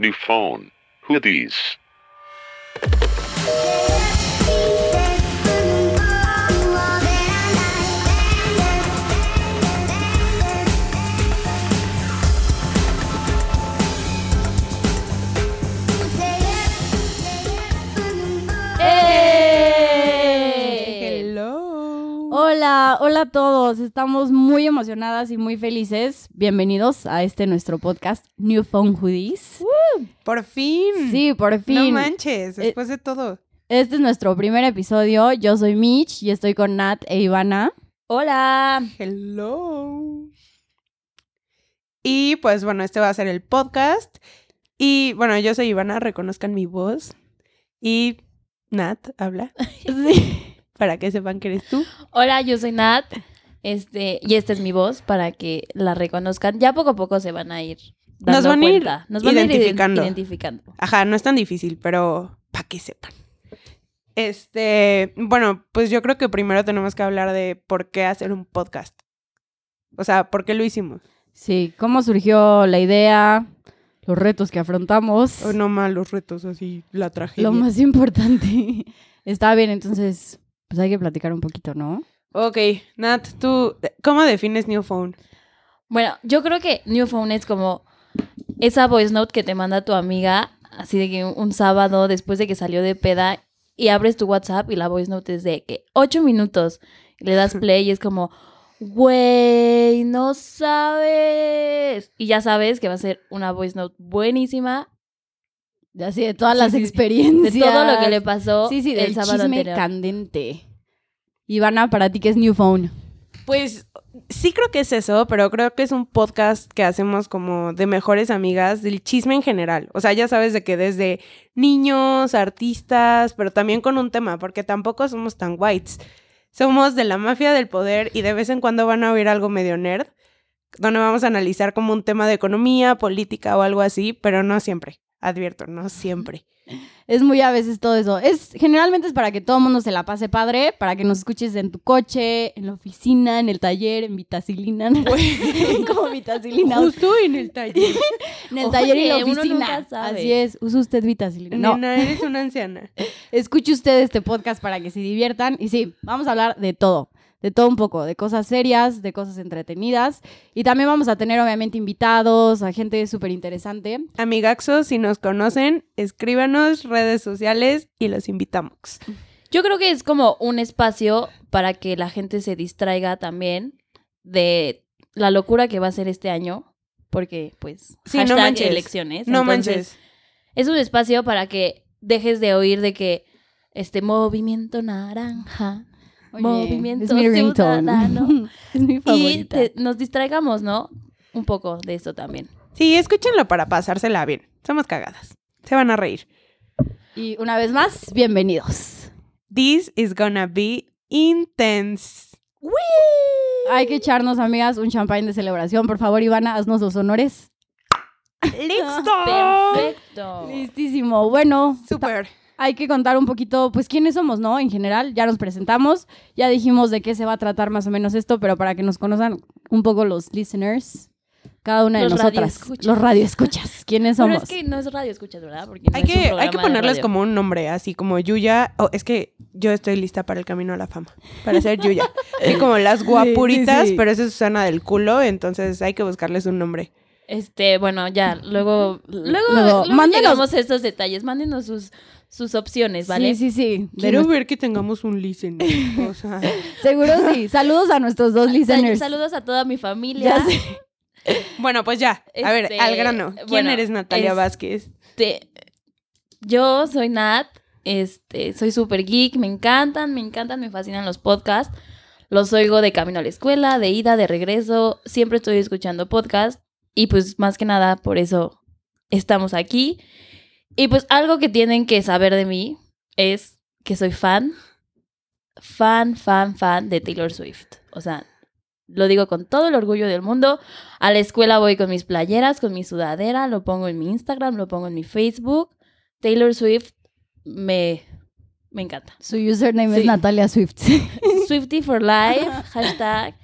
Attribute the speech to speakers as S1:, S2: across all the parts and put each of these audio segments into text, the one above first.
S1: New phone. Who these?
S2: ¡Eh!
S3: Hello.
S2: Hola, hola a todos. Estamos muy emocionadas y muy felices. Bienvenidos a este nuestro podcast New Phone Hoodies.
S3: Por fin.
S2: Sí, por fin. Eh,
S3: No manches, después de todo.
S2: Este es nuestro primer episodio. Yo soy Mitch y estoy con Nat e Ivana. Hola.
S3: Hello. Y pues bueno, este va a ser el podcast. Y bueno, yo soy Ivana, reconozcan mi voz. Y Nat habla para que sepan que eres tú.
S4: Hola, yo soy Nat. Este, y esta es mi voz para que la reconozcan. Ya poco a poco se van a ir. Dando
S3: Nos van a ir
S4: cuenta. Nos van a ir ident-
S3: identificando.
S4: identificando.
S3: Ajá, no es tan difícil, pero para que sepan. Este, bueno, pues yo creo que primero tenemos que hablar de por qué hacer un podcast. O sea, ¿por qué lo hicimos?
S2: Sí, ¿cómo surgió la idea? Los retos que afrontamos.
S4: Oh,
S3: O no más los retos así, la tragedia.
S2: Lo más importante. Está bien, entonces, pues hay que platicar un poquito, ¿no?
S3: Ok, Nat, tú, ¿cómo defines New Phone?
S4: Bueno, yo creo que New Phone es como esa voice note que te manda tu amiga, así de que un, un sábado después de que salió de peda y abres tu WhatsApp y la voice note es de que ocho minutos y le das play y es como, güey, no sabes. Y ya sabes que va a ser una voice note buenísima
S2: De Así de todas las
S4: sí, sí. de
S2: experiencias.
S4: todo lo que le pasó
S2: Sí, sí, del
S4: el sábado
S2: chisme
S4: anterior.
S2: candente. Ivana, para ti, ¿qué es New Phone?
S3: Pues sí creo que es eso, pero creo que es un podcast que hacemos como de mejores amigas del chisme en general. O sea, ya sabes de que desde niños, artistas, pero también con un tema, porque tampoco somos tan whites. Somos de la mafia del poder y de vez en cuando van a oír algo medio nerd, donde vamos a analizar como un tema de economía, política o algo así, pero no siempre. Advierto, no siempre.
S2: Es muy a veces todo eso. Es, generalmente es para que todo el mundo se la pase padre, para que nos escuches en tu coche, en la oficina, en el taller, en vitacilina. Como vitacilina.
S3: en el taller.
S2: En el taller y en la
S4: Oye, uno
S2: oficina.
S4: nunca sabe.
S2: Así es, usa usted vitacilina.
S3: No.
S2: No,
S3: Nena, eres una anciana.
S2: escuche usted este podcast para que se diviertan. Y sí, vamos a hablar de todo, de todo un poco, de cosas serias, de cosas entretenidas. Y también vamos a tener, obviamente, invitados, a gente súper interesante.
S3: Amigaxos, si nos conocen, escríbanos redes sociales y los invitamos.
S4: Yo creo que es como un espacio para que la gente se distraiga también de la locura que va a ser este año, porque pues
S3: Sí, no
S4: hashtag
S3: manches.
S4: elecciones.
S3: No
S4: Entonces,
S3: manches.
S4: Es un espacio para que dejes de oír de que este movimiento naranja Movimiento
S2: es mi ringtone.
S4: Ciudadano.
S2: es mi
S4: y
S2: favorita.
S4: te- nos distraigamos, ¿no? Un poco de esto también.
S3: Sí, escúchenlo para pasársela bien. Somos cagadas. Se van a reír.
S2: Y una vez más, bienvenidos.
S3: This is gonna be intense.
S2: Hay que echarnos, amigas, un champán de celebración. Por favor, Ivana, haznos los honores.
S3: ¡Listo!
S4: Ah, Perfecto.
S2: Listísimo. Bueno,
S3: Super.
S2: hay que contar un poquito, pues, quiénes somos, ¿no? En general, ya nos presentamos, ya dijimos de qué se va a tratar más o menos esto, pero para que nos conozcan un poco los listeners, cada una de
S4: Los
S2: nosotras,
S4: radioescuchas.
S2: los radioescuchas, ¿quiénes
S4: Pero
S2: somos?
S4: es que no es radio, escuchas, ¿verdad? Porque no
S3: Hay
S4: es un
S3: que, hay
S4: programa
S3: que
S4: de
S3: ponerles
S4: radio.
S3: como un nombre, así como Yuya. o es que yo estoy lista para el camino a la fama, para ser Yuya. Y como las guapuritas,
S2: sí.
S3: pero eso es Susana del culo, entonces hay que buscarles un nombre.
S4: Este, bueno, ya, luego, luego,
S2: Luego,
S4: luego,
S2: mándenos-
S4: llegamos a estos detalles, mándenos sus, sus opciones, ¿vale?
S2: Sí, sí, sí. de
S3: Quiero
S2: nuestro-
S3: ver que tengamos un listener. O sea,
S2: Seguro sí. Saludos a nuestros dos listeners.
S4: Saludos a toda mi familia.
S2: Ya sé.
S3: bueno, pues ya. A ver,
S4: Este,
S3: al grano. ¿Quién
S4: bueno,
S3: eres Natalia
S4: es-
S3: Vázquez?
S4: Este, yo soy Nat, este, soy super geek, me encantan, me encantan, me fascinan los podcasts. Los oigo de camino a la escuela, de ida, de regreso, siempre estoy escuchando podcasts y pues más que nada por eso estamos aquí. Y pues algo que tienen que saber de mí es que soy fan, fan, fan, fan de Taylor Swift. O sea, lo digo con todo el orgullo del mundo. A la escuela voy con mis playeras, con mi sudadera, lo pongo en mi Instagram, lo pongo en mi Facebook. Taylor Swift me, me encanta.
S2: Su username es
S4: Sí.
S2: Natalia Swift.
S4: Swifty for life, hashtag.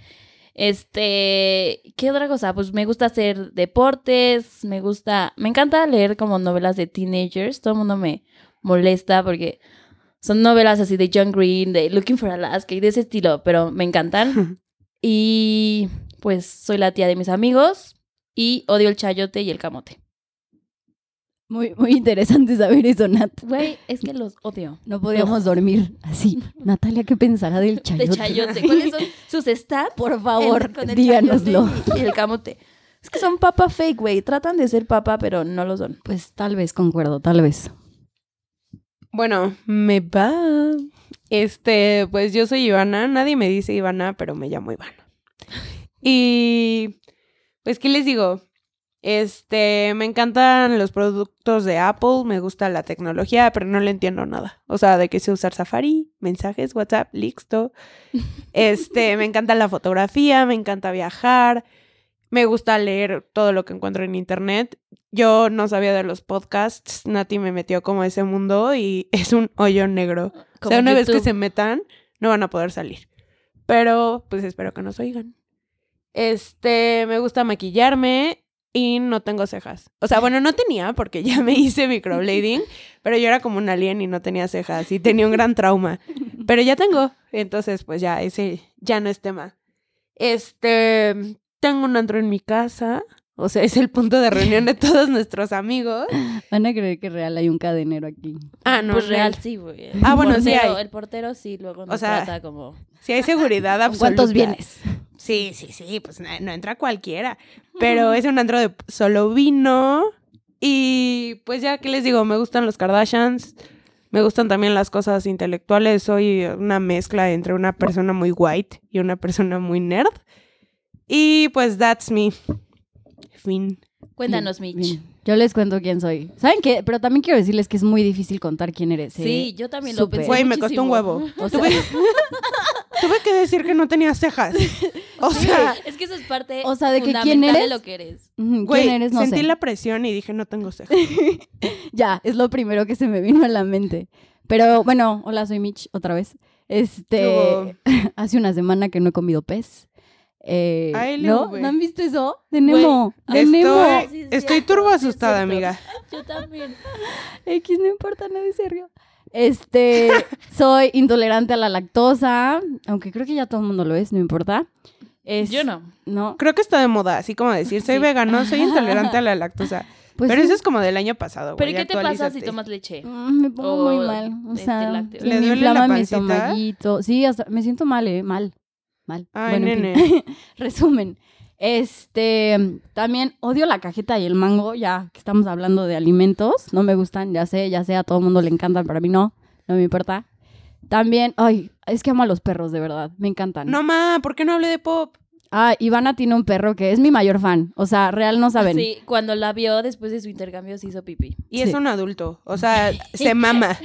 S4: Este, ¿qué otra cosa? Pues me gusta hacer deportes, me gusta, me encanta leer como novelas de teenagers. Todo el mundo me molesta porque son novelas así de John Green, de Looking for Alaska y de ese estilo, pero me encantan. y pues soy la tía de mis amigos y odio el chayote y el camote.
S2: Muy, muy interesante saber eso, Nat.
S4: Güey, es que los odio.
S2: No podíamos dormir así. Natalia, ¿qué pensará del chayote?
S4: De chayote. ¿Cuáles son sus stats?
S2: Por
S4: en-
S2: favor,
S4: con el
S2: díganoslo.
S4: chayote Y, y el camote. Es que son papa fake, güey. Tratan de ser papa, pero no lo son.
S2: Pues tal vez, concuerdo, tal vez.
S3: Bueno, me va. Este, pues yo soy Ivana. Nadie me dice Ivana, pero me llamo Ivana. Y pues, ¿qué les digo? Este, me encantan los productos de Apple, me gusta la tecnología, pero no le entiendo nada. O sea, de qué sé usar Safari, mensajes, WhatsApp, listo. Este, me encanta la fotografía, me encanta viajar, me gusta leer todo lo que encuentro en internet. Yo no sabía de los podcasts, Nati me metió como a ese mundo y es un hoyo negro. o sea,
S4: Como
S3: una vez que
S4: YouTube.
S3: se metan, no van a poder salir. Pero, pues espero que nos oigan. Este, me gusta maquillarme y no tengo cejas. O sea, bueno, no tenía porque ya me hice microblading, pero yo era como un alien y no tenía cejas y tenía un gran trauma. Pero ya tengo, entonces pues ya ese ya no es tema. Este, tengo un antro en mi casa, o sea, es el punto de reunión de todos nuestros amigos.
S2: Van a creer que real hay un cadenero aquí.
S3: Ah, no,
S4: pues real,
S3: real.
S4: sí, güey.
S3: Ah,
S4: El
S3: bueno, sí
S4: portero-
S3: hay.
S4: El portero sí, luego nos
S3: O sea,
S4: trata como...
S3: Si hay seguridad
S2: ¿Con
S3: absoluta.
S2: ¿Cuántos vienes?
S3: Sí, sí, sí, pues na- no, entra cualquiera. Pero es un antro de p- solo vino. Y pues ya, ¿qué les digo? Me gustan los Kardashians. Me gustan también las cosas intelectuales. Soy una mezcla entre una persona muy white y una persona muy nerd. Y pues that's me. Fin.
S4: Cuéntanos,
S2: Bien,
S4: Mitch.
S2: bien. Yo les cuento quién soy. ¿Saben qué? Pero también quiero decirles que es muy difícil contar quién eres. ¿eh?
S4: Sí, yo también lo
S2: Súper.
S4: pensé.
S2: Sí,
S3: Güey, me costó un
S4: muchísimo.
S3: huevo.
S2: O sea,
S3: tuve, tuve que decir que no tenía cejas. O sea,
S4: Es que eso es parte
S2: O sea, de que
S4: fundamental
S2: quién
S4: de
S2: eres.
S4: lo que eres.
S2: ujú,
S3: güey,
S2: ¿quién eres? No
S3: sentí
S2: sé.
S3: la presión y dije, no tengo cejas.
S2: Ya, es lo primero que se me vino a la mente. Pero bueno, hola, soy Mitch otra vez. Este,
S3: ¿Qué
S2: hace una semana que no he comido pez. Eh,
S3: Ay,
S2: ¿no?
S3: güey.
S2: ¿No han visto eso? De Nemo. de Nemo.
S3: Estoy,
S4: Sí, es
S3: estoy
S4: cierto,
S3: turbo
S4: sí, es
S3: asustada,
S4: cierto.
S3: amiga.
S4: Yo también.
S2: X, no importa, nadie se rió. Este, soy intolerante a la lactosa, aunque creo que ya todo el mundo lo es, no importa. Es-
S4: Yo no.
S2: No,
S3: Creo que está de moda, así como decir, soy
S4: Sí.
S3: vegano, soy intolerante a la lactosa.
S2: pues
S3: Pero
S2: sí.
S3: eso es como del año pasado.
S4: ¿Pero
S3: güey,
S4: qué te pasa si
S3: actualízate.
S4: tomas leche?
S2: Mm, me pongo
S4: o,
S2: muy mal, o
S4: este,
S2: sea,
S4: lácteos.
S2: se
S3: ¿Le
S2: me
S3: duele la
S2: inflama mi
S3: pancita?
S2: estomaguito. Sí, hasta me siento mal, eh, mal. Mal.
S3: Ay,
S2: Bueno, en fin.
S3: nene.
S2: Resumen. Este, también odio la cajeta y el mango, ya que estamos hablando de alimentos, no me gustan, ya sé, ya sé, a todo el mundo le encantan, pero a mí no, no me importa. También, ay, es que amo a los perros, de verdad, me encantan.
S3: No, ma, ¿por qué no hablé de pop?
S2: Ah, Ivana tiene un perro que es mi mayor fan, o sea, real no saben.
S4: Ah, Sí, cuando la vio después de su intercambio se hizo pipí.
S3: Y
S2: Sí.
S3: es un adulto, o sea, se mama.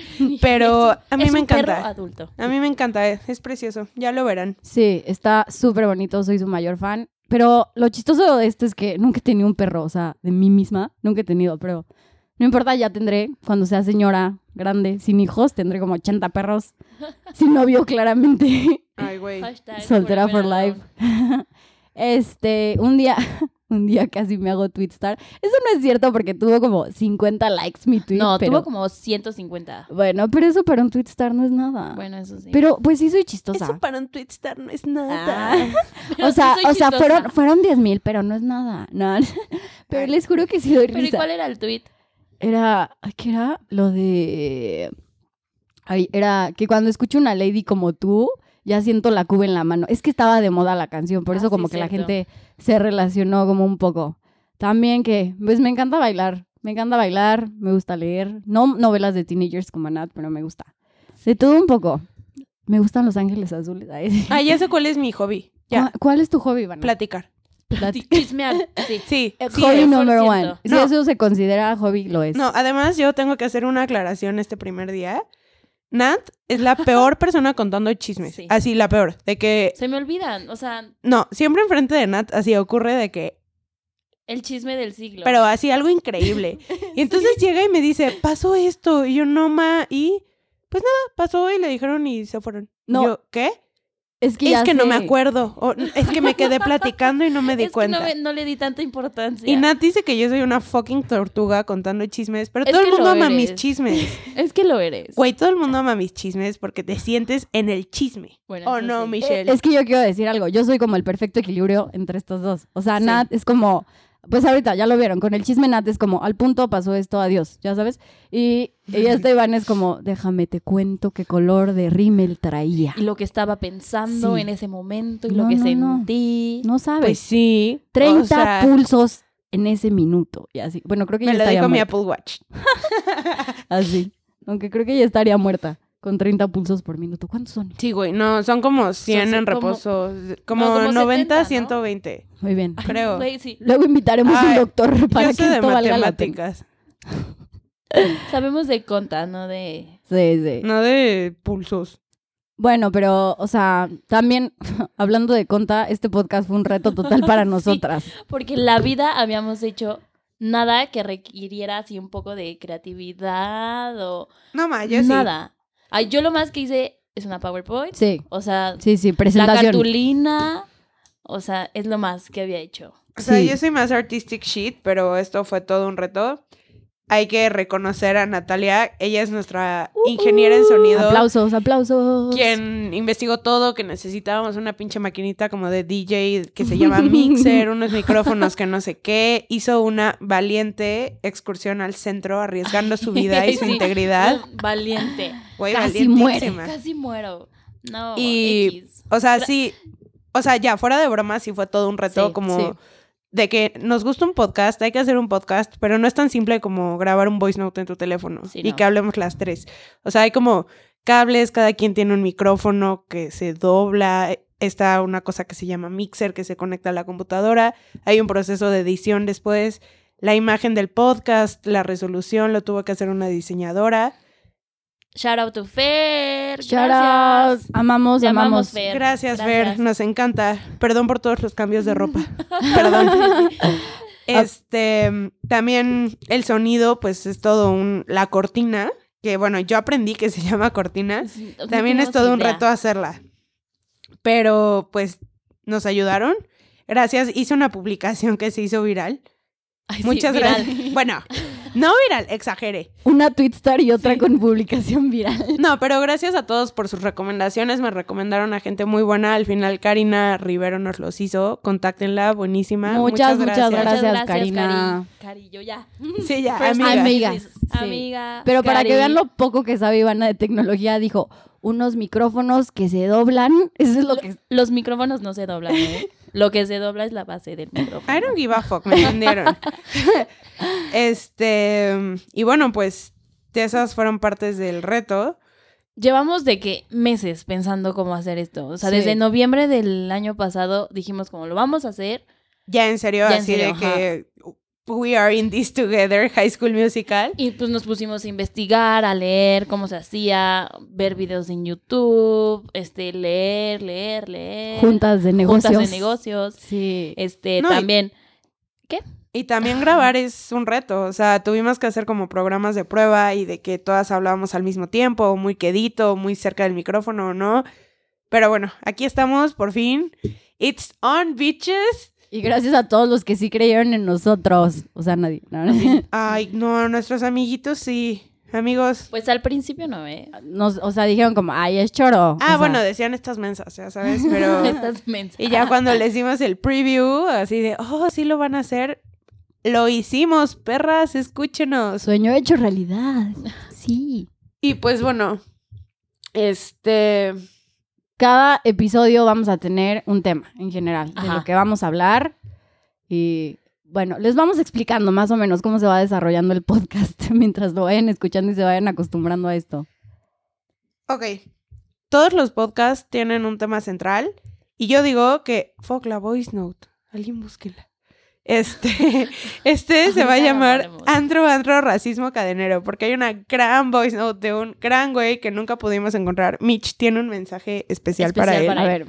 S3: Pero a mí
S4: Es
S3: me
S4: un perro
S3: encanta.
S4: adulto.
S3: A mí me encanta, eh, es precioso, ya lo verán.
S2: Sí, está súper bonito, soy su mayor fan. Pero lo chistoso de esto es que nunca he tenido un perro, o sea, de mí misma, nunca he tenido, pero no importa, ya tendré, cuando sea señora grande, sin hijos, tendré como 80 perros, sin novio claramente,
S3: Ay, güey.
S4: Hashtag
S2: soltera for
S4: forever
S2: life.
S4: alone.
S2: Este, un día, un día casi me hago Twitstar. Eso no es cierto porque tuvo como 50 likes mi tweet.
S4: No,
S2: pero-
S4: tuvo como 150.
S2: Bueno, pero eso para un Twitstar no es nada.
S4: Bueno, eso sí.
S2: Ah. Pero pues sí soy chistosa.
S3: Eso para un Twitstar no es
S4: Ah.
S3: nada.
S2: O
S4: Pero
S2: sea,
S4: sí soy
S2: o sea,
S4: chistosa.
S2: fueron, fueron 10 mil, pero no es nada. No, pero les juro que sí doy
S4: Pero ¿y
S2: risa.
S4: cuál era el tweet?
S2: Era, ay, ¿qué era? Lo de... Ay, era que cuando escucho una lady como tú, ya siento la cuba en la mano. Es que estaba de moda la canción, por
S4: Ah,
S2: eso
S4: sí,
S2: como que la
S4: cierto.
S2: gente se relacionó como un poco. También que, pues me encanta bailar. Me encanta bailar, me gusta leer. No novelas de teenagers como Nat, pero me gusta. De todo un poco. Me gustan los ángeles azules. Ay, sí.
S3: Ah, ya sé cuál es mi hobby. Ya,
S2: ¿Cuál- ¿Cuál es tu hobby, Ivana?
S3: platicar.
S2: Plati-
S4: Chismear. Sí.
S3: Sí,
S2: Eh,
S3: sí.
S2: hobby
S3: es.
S2: number
S4: 100%.
S2: one. Si
S3: No.
S2: eso se considera hobby, lo es.
S3: No, además yo tengo que hacer una aclaración este primer día. Nat es la peor persona contando chismes.
S4: Sí.
S3: Así, la peor. De que
S4: Se me olvidan. O sea,
S3: No, siempre enfrente de Nat así ocurre de que,
S4: el chisme del siglo.
S3: pero así algo increíble. Y entonces llega y me dice, pasó esto, y yo no ma, y pues nada, pasó y le dijeron y se fueron.
S2: No.
S3: No. Yo, ¿qué?
S2: Es que,
S3: es
S2: ya
S3: que no me
S2: sé.
S3: acuerdo. o, es que me quedé platicando y no me di
S4: Es que
S3: cuenta.
S4: no, me- no le di tanta importancia.
S3: Y Nat dice que yo soy una fucking tortuga contando chismes, pero
S4: Es
S3: todo el
S4: que
S3: mundo
S4: lo
S3: ama mis
S4: eres.
S3: chismes.
S4: Es que lo eres.
S3: Güey, todo el mundo ama mis chismes porque te sientes en el chisme.
S4: Bueno,
S3: oh
S4: eso
S3: no,
S4: sí.
S3: Michelle.
S2: Eh, Es que yo quiero decir algo. Yo soy como el perfecto equilibrio entre estos dos. O sea,
S3: Sí.
S2: Nat es como. Pues ahorita ya lo vieron. Con el chisme Nat es como al punto pasó esto, adiós. Ya sabes. Y, y este Iván es como déjame te cuento qué color de rímel traía.
S4: Y lo que estaba pensando
S2: Sí.
S4: en ese momento y
S2: No,
S4: lo que
S2: no, no.
S4: sentí.
S2: No
S3: Pues
S2: sabes.
S3: sí.
S2: 30
S3: o sea,
S2: pulsos en ese minuto. Y así. Bueno, creo que
S3: Me
S2: ya
S3: lo
S2: estaría
S3: dijo mi
S2: muerta.
S3: Apple Watch.
S2: Así. Aunque creo que ya estaría muerta. Con 30 pulsos por minuto. ¿Cuántos son?
S3: Sí, güey, no, son como 100
S4: Son
S3: en
S4: como-
S3: reposo. Como,
S4: No, como
S3: 90,
S4: 70, ¿no?
S3: 120,
S2: Muy bien.
S3: creo.
S4: Güey, sí.
S2: Luego invitaremos a un
S3: Ay,
S2: doctor para
S3: yo
S2: que
S3: sé de
S2: esto valga la pena.
S3: matemáticas.
S4: Sabemos de conta, no de.
S2: Sí, sí.
S3: No de pulsos.
S2: Bueno, pero, o sea, también hablando de conta, este podcast fue un reto total para
S4: Sí.
S2: nosotras.
S4: Porque en la vida habíamos hecho nada que requiriera así un poco de creatividad o
S3: No, ma, yo sí.
S4: nada. Ay, yo lo más que hice es una PowerPoint.
S2: Sí,
S4: O sea,
S2: sí, sí,
S4: la
S2: presentación.
S4: cartulina. O sea, es lo más que había hecho.
S3: O sea,
S2: Sí.
S3: yo soy más artistic shit, pero esto fue todo un reto. Hay que reconocer a Natalia. Ella es nuestra ingeniera en sonido.
S2: Uh-uh. Aplausos, aplausos.
S3: Quien investigó todo, que necesitábamos una pinche maquinita como de DJ que se llama Mixer, unos micrófonos que no sé qué. Hizo una valiente excursión al centro arriesgando su vida y su
S4: Sí.
S3: integridad.
S4: Valiente.
S3: Güey,
S2: Casi
S3: valientísima.
S4: Casi muero. No,
S3: Y,
S4: X.
S3: o sea, sí, o sea, ya, fuera de broma, sí fue todo un reto
S4: Sí,
S3: como
S2: sí.
S3: de que nos gusta un podcast, hay que hacer un podcast, pero no es tan simple como grabar un voice note en tu teléfono
S4: Sí,
S3: y
S4: no.
S3: que hablemos las tres. O sea, hay como cables, cada quien tiene un micrófono que se dobla, está una cosa que se llama mixer que se conecta a la computadora, hay un proceso de edición después, la imagen del podcast, la resolución lo tuvo que hacer una diseñadora.
S4: Shout out to Fer.
S2: Shout out.
S4: gracias.
S2: Amamos,
S4: Te amamos,
S2: amamos.
S4: Fer.
S3: Gracias, Ver,
S4: Gracias.
S3: nos encanta. Perdón por todos los cambios de ropa. Perdón.
S4: Ah.
S3: Este, también el sonido, pues es todo un, la cortina, que bueno, yo aprendí que se llama cortina.
S4: Sí, no
S3: También es
S4: tenemos
S3: todo un
S4: idea.
S3: reto hacerla. Pero pues nos ayudaron. Gracias, hice una publicación que se hizo viral.
S4: Ay, sí,
S3: Muchas
S4: viral.
S3: gracias. Bueno, no viral, exagere.
S2: Una Twitstar y otra con publicación viral.
S3: No, pero gracias a todos por sus recomendaciones. Me recomendaron a gente muy buena. Al final, Karina Rivero nos los hizo. Contáctenla, buenísima.
S2: Muchas, muchas
S4: Muchas
S2: Gracias,
S4: gracias,
S2: Karina.
S4: Karina. Cari, yo ya.
S3: Sí, ya,
S4: First
S3: amiga.
S2: Ami-
S4: Amiga.
S2: Amigas, sí.
S4: Amiga.
S2: Pero para que
S4: Cari.
S2: vean lo poco que sabe Ivana de tecnología, dijo, unos micrófonos que se doblan. Eso es lo que...
S4: Los micrófonos no se doblan, ¿eh? Lo que se dobla es la base del micrófono.
S3: I don't give a fuck, me entendieron. este, y bueno, pues de esas fueron partes del reto.
S4: Llevamos de que meses pensando cómo hacer esto. O sea,
S2: Sí.
S4: desde noviembre del año pasado dijimos como lo vamos a hacer.
S3: Ya en serio,
S4: Ya en
S3: así
S4: serio,
S3: de que we are in this together, High School Musical.
S4: Y pues nos pusimos a investigar, a leer cómo se hacía, ver videos en YouTube, este, leer, leer, leer.
S2: Juntas de negocios.
S4: Eh, Juntas de negocios.
S2: Sí.
S4: Este,
S3: No, y-
S4: también.
S3: Y también grabar es un reto, o sea, tuvimos que hacer como programas de prueba y de que todas hablábamos al mismo tiempo, muy quedito, muy cerca del micrófono, ¿no? Pero bueno, aquí estamos por fin. It's on, bitches.
S2: Y gracias a todos los que sí creyeron en nosotros. O sea, nadie. No,
S3: Ay, no, nuestros amiguitos sí, amigos.
S4: Pues al principio no, ¿eh?
S2: Nos- o sea, dijeron como, ay, es choro. O
S3: Ah,
S2: sea,
S3: bueno, decían estas mensas, ya sabes, pero...
S4: Estas mensas.
S3: Y ya cuando les dimos el preview, así de, oh, sí lo van a hacer, lo hicimos, perras, escúchenos.
S2: Sueño hecho realidad. Sí.
S3: Y pues bueno, este...
S2: Cada episodio vamos a tener un tema en general de
S4: Ajá.
S2: lo que vamos a hablar. Y bueno, les vamos explicando más o menos cómo se va desarrollando el podcast mientras lo vayan escuchando y se vayan acostumbrando a esto.
S3: Ok. Todos los podcasts tienen un tema central. Y yo digo que. Fuck la voice note. Alguien búsquela. Este, este se va a
S4: Ahorita lo
S3: llamar
S4: hablaremos.
S3: Andro Andro Racismo Cadenero, porque hay una gran voice note de un gran güey que nunca pudimos encontrar. Mitch tiene un mensaje especial, para
S4: Especial
S3: él.
S4: para
S2: A ver,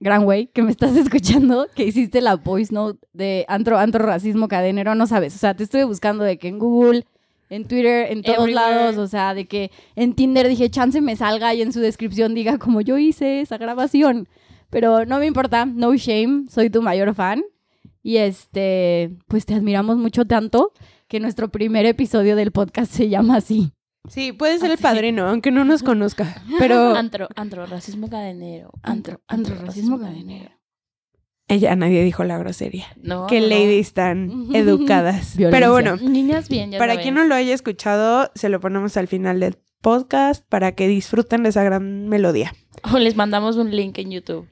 S2: gran güey, que me estás escuchando, que hiciste la voice note de antro, antro, racismo, cadenero, no sabes. O sea, te estuve buscando de que en Google, en Twitter, en todos
S4: Everywhere.
S2: lados, o sea, de que en Tinder dije, chance me salga y en su descripción diga como yo hice esa grabación. Pero no me importa, no shame, soy tu mayor fan. Y este, pues te admiramos mucho tanto que nuestro primer episodio del podcast se llama así.
S3: Sí, puede
S4: Ah,
S3: ser el padrino, aunque no nos conozca. Pero
S4: Antro, antro, racismo cadenero. Antro, antro, racismo cadenero.
S3: ella nadie dijo la grosería.
S4: No.
S3: Qué
S4: no, no.
S3: ladies tan educadas. Pero bueno,
S4: Niñas bien, ya
S3: para
S4: saben.
S3: quien no lo haya escuchado, se lo ponemos al final del podcast para que disfruten de esa gran melodía.
S4: O les mandamos un link en YouTube.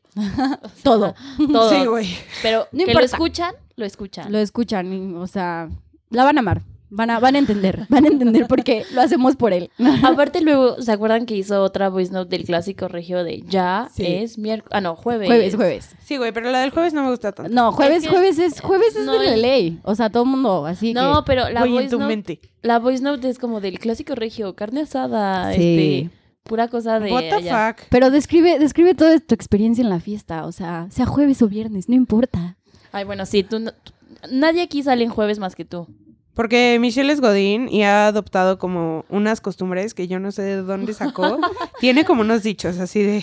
S2: Todo.
S4: Todo.
S3: Sí, güey.
S4: Pero
S2: No
S4: que
S2: importa.
S4: lo escuchan, lo escuchan.
S2: Lo escuchan, y, o sea, la van a amar. Van a, van a entender, van a entender porque lo hacemos por él.
S4: Aparte luego, ¿se acuerdan que hizo otra voice note del clásico regio de ya
S2: Sí.
S4: es miércoles? Ah, no, jueves.
S2: Jueves, jueves.
S3: Sí, güey, pero la del jueves no me gusta tanto.
S2: No, jueves,
S4: que-
S2: jueves es, jueves es
S4: no,
S2: de la
S4: es-
S2: ley. O sea, todo el mundo, así
S4: No, pero la
S3: Güey, en
S4: voice,
S3: tu
S4: note,
S3: mente.
S4: la voice note es como del clásico regio, carne asada,
S2: que. Sí.
S4: este, pura cosa de
S3: What the
S4: allá.
S3: fuck.
S2: Pero describe, describe toda tu experiencia en la fiesta. O sea, sea jueves o viernes, no importa.
S4: Ay, bueno, sí, tú no- tú- nadie aquí sale en jueves más que tú.
S3: Porque Michelle es Godín y ha adoptado como unas costumbres que yo no sé de dónde sacó. Tiene como unos dichos así de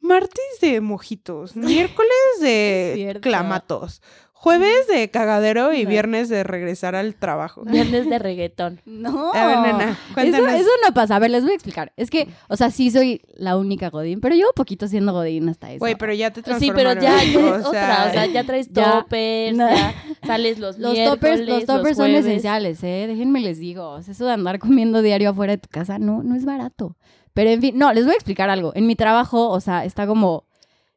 S3: martes de mojitos, miércoles
S2: Es
S3: de
S2: cierto.
S3: clamatos, jueves de cagadero y
S4: Mm. Ajá.
S3: viernes de regresar al trabajo.
S4: Viernes de reggaetón.
S2: No.
S3: A ver, nena,
S2: Eso,
S3: cuéntanos.
S2: eso no pasa. A ver, les voy a explicar. Es que, o sea, sí soy la única Godín, pero llevo poquito siendo Godín hasta eso.
S3: Güey, pero ya te
S4: Sí, pero
S3: transformaron.
S4: ya, ya
S3: amigo,
S4: es otra, o sea, ya traes
S2: ya-
S4: toppers,
S2: no.
S4: ya sales los
S2: los
S4: miércoles,
S2: toppers, los toppers son
S4: jueves.
S2: esenciales, ¿eh? Déjenme les digo. O sea, eso de andar comiendo diario afuera de tu casa no, no es barato. Pero en fin, no, les voy a explicar algo. En mi trabajo, o sea, está como,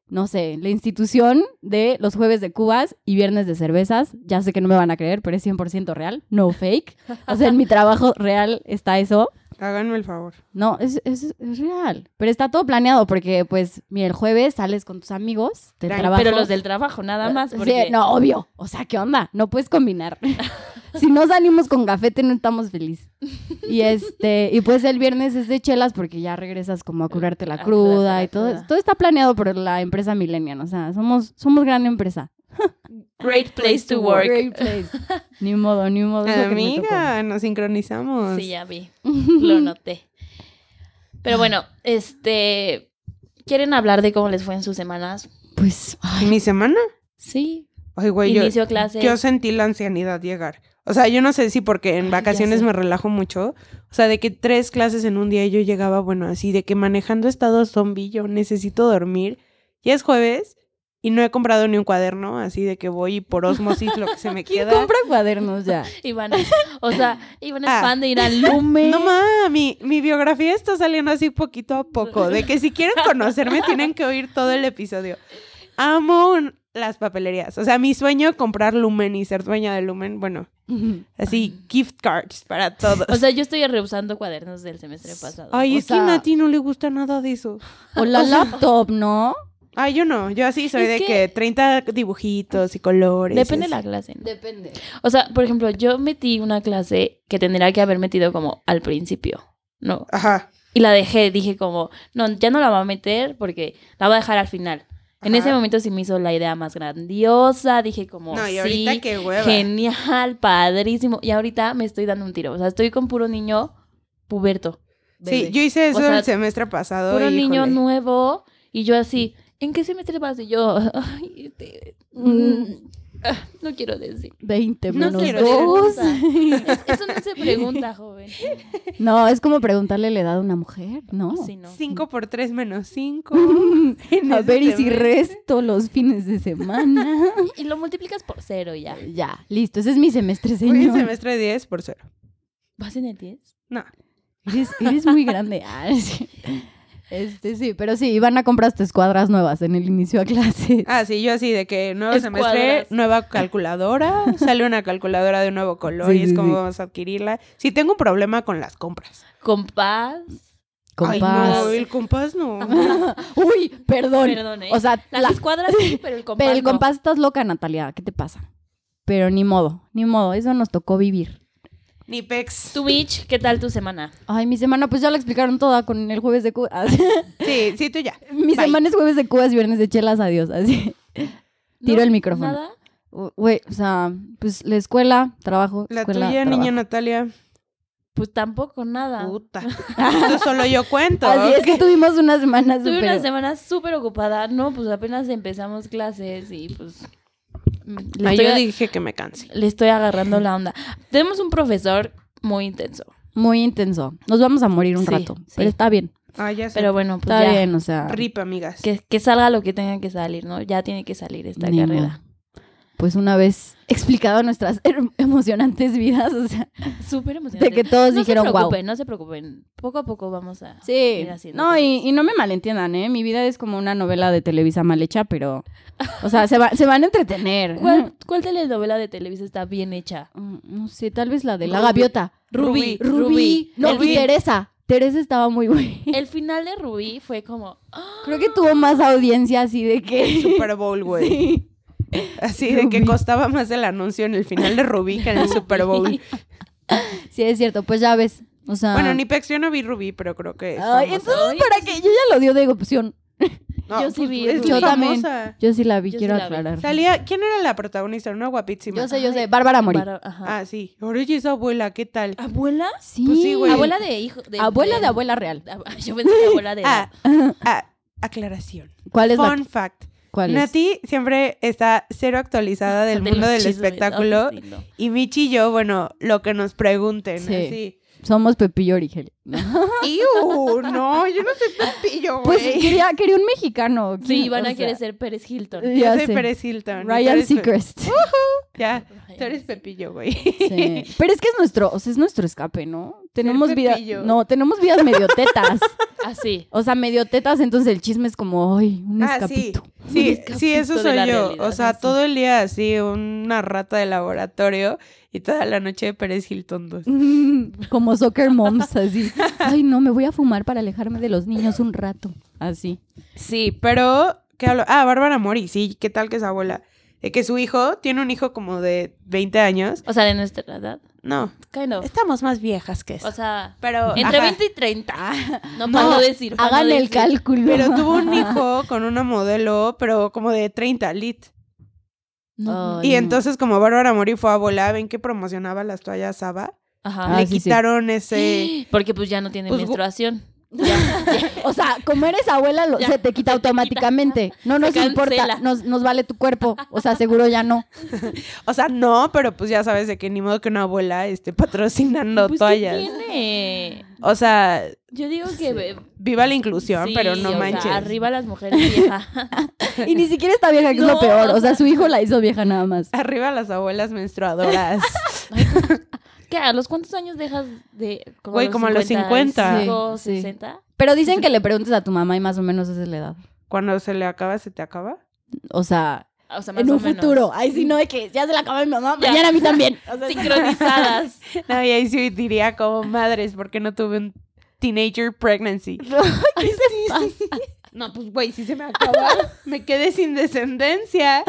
S2: no sé, la institución de los jueves de cubas y viernes de cervezas. Ya sé que no me van a creer, pero es 100% real, no fake. O sea, en mi trabajo real está eso.
S3: eh, Háganme el favor.
S2: No, es, es- es real. Pero está todo planeado porque, pues, mira, el jueves sales con tus amigos del
S3: Ay,
S2: trabajo.
S4: Pero los del trabajo, nada más.
S2: Sí,
S4: Porque...
S2: no, obvio. O sea, ¿qué onda? No puedes combinar. si no salimos con gafete, no estamos felices. Y este, y pues el viernes es de chelas porque ya regresas como a curarte
S4: A
S2: la
S4: curarte
S2: cruda
S4: la
S2: y todo.
S4: cruda.
S2: Todo está planeado por la empresa Millennial. O sea, somos, somos gran empresa.
S4: Great place to work.
S2: Great place. ni modo, ni modo. es lo que me tocó.
S3: Amiga, nos sincronizamos.
S4: Sí, ya vi. Lo noté. Pero bueno, este. ¿Quieren hablar de cómo les fue en sus semanas?
S2: Pues, ay,
S3: ¿Mi semana?
S4: Sí.
S3: Ay, güey, Pues yo,
S4: Inicio clases.
S3: Yo sentí la ancianidad llegar. O sea, yo no sé si porque en
S4: Ay, ya
S3: vacaciones
S4: sé.
S3: me relajo mucho. O sea, de que tres clases en un día y yo llegaba, bueno, así de que manejando estado zombie, yo necesito dormir. Ya es jueves y no he comprado ni un cuaderno, así de que voy y por osmosis lo que se me
S2: ¿quién
S3: queda.
S2: compra cuadernos ya?
S4: Ivana. O sea, Ivana es
S3: Ah.
S4: fan de ir al Lume.
S3: No mami, mi biografía está saliendo así poquito a poco. De que si quieren conocerme, tienen que oír todo el episodio. Amo un- las papelerías. O sea, mi sueño comprar Lumen y ser dueña de Lumen, bueno, así gift cards para todos.
S4: O sea, yo estoy rehusando cuadernos del semestre pasado.
S3: Ay,
S2: O
S3: es
S2: sea-
S3: que a Nati no le gusta nada de eso.
S2: O la laptop, ¿no?
S3: Ay, yo no. Yo así soy
S4: Es
S3: de
S4: que-
S3: que... 30 dibujitos y colores.
S4: Depende
S3: y
S4: de la
S3: así.
S4: clase. ¿no?
S2: Depende.
S4: O sea, por ejemplo, yo metí una clase que tendría que haber metido como al principio, ¿no?
S3: Ajá.
S4: Y la dejé, dije como, no, ya no la voy a meter porque la voy a dejar al final. En
S3: Ajá.
S4: ese momento sí me hizo la idea más grandiosa, dije como,
S3: No, y
S4: sí,
S3: ahorita qué hueva.
S4: genial, padrísimo. Y ahorita me estoy dando un tiro, o sea, estoy con puro niño puberto,
S3: Sí, yo hice eso
S4: O sea,
S3: el semestre pasado.
S4: puro
S3: y,
S4: niño
S3: híjole.
S4: nuevo y yo así, ¿en qué semestre vas? Y yo, "Ay, este, mm, ah, no quiero decir.
S2: 20
S3: No
S2: menos
S3: quiero
S2: dos.
S4: Es- Eso no se pregunta, joven.
S2: No, es como preguntarle la edad a una mujer, ¿no?
S4: Sí, no.
S3: Cinco por tres menos cinco.
S2: A
S3: ese
S2: ver, y si
S3: semestre.
S2: resto los fines de semana.
S4: Y lo multiplicas por cero ya.
S2: ya, listo, ese es mi semestre,
S3: Fue el
S2: señor.
S3: semestre 10 por cero.
S4: ¿Vas en el 10?
S3: No.
S2: Eres, eres muy grande. Ah, sí. Este sí, pero sí, Ivana compras tus cuadras nuevas en el inicio a clases.
S3: Ah, sí, yo así de que nuevo semestre,
S4: Escuadras.
S3: nueva calculadora. sale una calculadora de un nuevo color
S2: Sí,
S3: y es
S2: sí,
S3: como
S2: sí.
S3: vamos a adquirirla. Sí, tengo un problema con las compras.
S4: Compás.
S2: Compás.
S3: Ay, no, el compás no.
S2: Uy, perdón.
S4: Perdón, ¿eh?
S2: O sea,
S4: Las
S2: la-
S4: escuadras sí, pero el compás.
S2: pero el
S4: no.
S2: compás estás loca, Natalia. ¿Qué te pasa? Pero ni modo, ni modo, eso nos tocó vivir.
S3: Ni pex.
S4: Tu bitch, ¿qué tal tu semana?
S2: Ay, mi semana, pues ya la explicaron toda con el jueves de Cuba.
S3: Sí, sí, tú ya.
S2: mi
S3: Bye.
S2: semana es jueves de Cuba, es viernes de chelas, adiós. Así. Tiro
S4: ¿No?
S2: el micrófono.
S4: ¿Nada?
S2: Güey, o sea, pues la escuela, trabajo,
S3: La
S2: escuela,
S3: tuya, niña
S2: trabajo. Ah.
S3: Natalia.
S4: Pues tampoco nada.
S3: Puta. Eso solo yo cuento.
S2: Así es que tuvimos unas semanas
S4: Tuve
S2: súper-
S4: una semana súper ocupada. No, pues apenas empezamos clases y pues. mm, Le
S3: Ah,
S4: estoy,
S3: yo dije que me cansé.
S4: le estoy agarrando la onda. Tenemos un profesor muy intenso.
S2: muy intenso. Nos vamos a morir un
S4: Sí,
S2: rato,
S4: sí.
S2: pero está bien.
S3: Ah, ya sé.
S4: Pero bueno, pues
S2: Está
S4: ya.
S2: bien, o sea.
S3: Rip, amigas.
S4: Que, que salga lo que tenga que salir, ¿no? Ya tiene que salir esta
S2: ni
S4: carrera.
S2: modo. Pues una vez explicado nuestras her- emocionantes vidas, o sea,
S4: Súper emocionante.
S2: de que todos
S4: no
S2: dijeron
S4: se
S2: wow.
S4: preocupen, no se preocupen. Poco a poco vamos a
S2: Sí,
S4: ir haciendo.
S2: no, y,
S4: cosas.
S2: y no me malentiendan, ¿eh? Mi vida es como una novela de Televisa mal hecha, pero, o sea, se, va- se van a entretener.
S4: ¿Cuál, ¿Cuál telenovela de Televisa está bien hecha?
S2: Mm, No sé, tal vez la de La
S3: Rubí.
S2: Gaviota.
S3: Rubí.
S2: Rubí, no,
S4: El,
S2: y Teresa. Teresa estaba muy buena.
S4: el final de Rubí fue como. ¡ah!
S2: Creo que tuvo más audiencia así de que...
S3: Super Bowl, güey.
S2: Sí.
S3: Así de que
S2: Rubí.
S3: costaba más el anuncio en el final de Rubí que en el Super Bowl.
S2: sí, es cierto, pues ya ves, o sea...
S3: Bueno, ni Pex, yo no vi Rubí, pero creo que. es
S2: Ah. Ay,
S3: famosa.
S2: entonces, ¿para qué? Yo ya lo dio de opción.
S3: No,
S4: yo sí
S3: pues,
S4: vi
S3: es
S4: Rubí.
S2: Yo también.
S3: famosa.
S2: Yo sí la vi,
S4: Yo sí
S2: quiero
S4: la vi.
S2: aclarar.
S3: Salía, ¿quién era la protagonista? Una guapísima.
S2: Yo sé, yo sé.
S4: Ay,
S2: Bárbara Mori.
S4: Bárbara- ajá.
S3: Ah, sí. Oye, esa abuela, ¿qué tal?
S2: Ah,
S4: ¿Abuela?
S2: Sí.
S3: Pues sí, güey.
S4: Abuela de hijo. de-
S2: Abuela de abuela real.
S4: Ab- Yo pensé que abuela de.
S3: Ah, ah, aclaración.
S2: ¿Cuál es la
S3: Fun fact.
S2: cuál es?
S3: Nati siempre está cero actualizada del
S4: de
S3: mundo
S4: los
S3: del
S4: chismes,
S3: espectáculo.
S4: no, pues sí, no.
S3: Y Michi y yo, bueno, lo que nos pregunten.
S2: Sí.
S3: Así.
S2: Somos Pepillo Origel. ¿no?
S3: ¡Iu! No, yo no soy Pepillo,
S2: Pues
S3: güey.
S2: quería, quería un mexicano.
S4: Sí, van
S2: O
S4: a
S2: sea,
S4: querer ser Pérez Hilton.
S2: ya
S3: yo soy
S2: sé.
S3: Pérez Hilton. y tú
S2: Ryan
S3: eres Pe-
S2: Seacrest.
S3: Ya, tú eres Pepillo, güey.
S2: Sí. Pero es que es nuestro, o sea, es nuestro escape, ¿no? Tenemos vida,
S3: Pepillo.
S2: no, tenemos vidas medio tetas.
S4: Así.
S2: O sea, medio tetas, entonces el chisme es como, ay, un
S3: Ah, sí.
S2: escapito.
S3: Sí,
S4: escapito
S3: sí, eso
S4: de
S3: soy yo.
S4: la realidad,
S3: o sea,
S4: así.
S3: todo el día así, una rata de laboratorio y toda la noche de Pérez Hilton 2.
S2: Mm, Como soccer moms, así. Ay, no, me voy a fumar para alejarme de los niños un rato. Así.
S3: Sí, pero. ¿Qué hablo? Ah, Bárbara Mori, sí, ¿qué tal que es abuela? De que su hijo tiene un hijo como de 20 años.
S4: O sea, de nuestra edad.
S3: No,
S4: Kind of.
S3: estamos más viejas que eso.
S4: O sea,
S3: pero. ajá.
S4: entre
S3: Ah.
S4: 20 y 30. No,
S3: No,
S4: puedo decir. para
S2: Hagan
S4: no
S2: el
S4: decir.
S2: cálculo.
S3: Pero tuvo un hijo con una modelo, pero como de 30 lit.
S4: No.
S2: Ay,
S3: Y
S2: no.
S3: entonces, como Bárbara Mori fue abuela, ven que promocionaba las toallas Saba.
S4: Ajá.
S2: Ah,
S3: Le
S2: sí, sí.
S3: quitaron ese.
S4: Porque pues ya no tiene
S3: Pues, gu-
S4: menstruación. Pues,
S2: O sea, como eres abuela, lo-
S4: Ya,
S2: se te quita automáticamente. No nos
S4: cancela.
S2: importa, nos, nos vale tu cuerpo. O sea, seguro ya no.
S3: O sea, no, pero pues ya sabes de que ni modo que una abuela esté patrocinando
S4: Pues, ¿qué
S3: toallas.
S4: tiene?
S3: O sea,
S4: Yo digo que. be-
S3: viva la inclusión,
S4: sí,
S3: pero no
S4: o sea,
S3: manches.
S4: arriba las mujeres viejas.
S2: Y ni siquiera está vieja, que es
S4: No,
S2: lo peor.
S4: o
S2: O sea,
S4: sea-
S2: su hijo la hizo vieja nada más.
S3: Arriba las abuelas menstruadoras.
S4: ¿Qué? ¿A los cuántos años dejas de.
S3: Güey, como a los 50.
S2: Sí, sí.
S4: 60?
S2: Pero dicen que le preguntes a tu mamá y más o menos esa es la edad.
S3: Cuando se le acaba, se te acaba.
S2: O sea,
S4: O sea, más
S2: en
S4: o
S2: un
S4: menos.
S2: futuro. Ay, si no, de que ya se la acaba mi mamá,
S4: Ya.
S2: mañana a mí también.
S4: Sincronizadas.
S3: No, y ahí sí diría como madres, porque no tuve un teenager pregnancy. No, pues güey, si se me acaba, me quedé sin descendencia.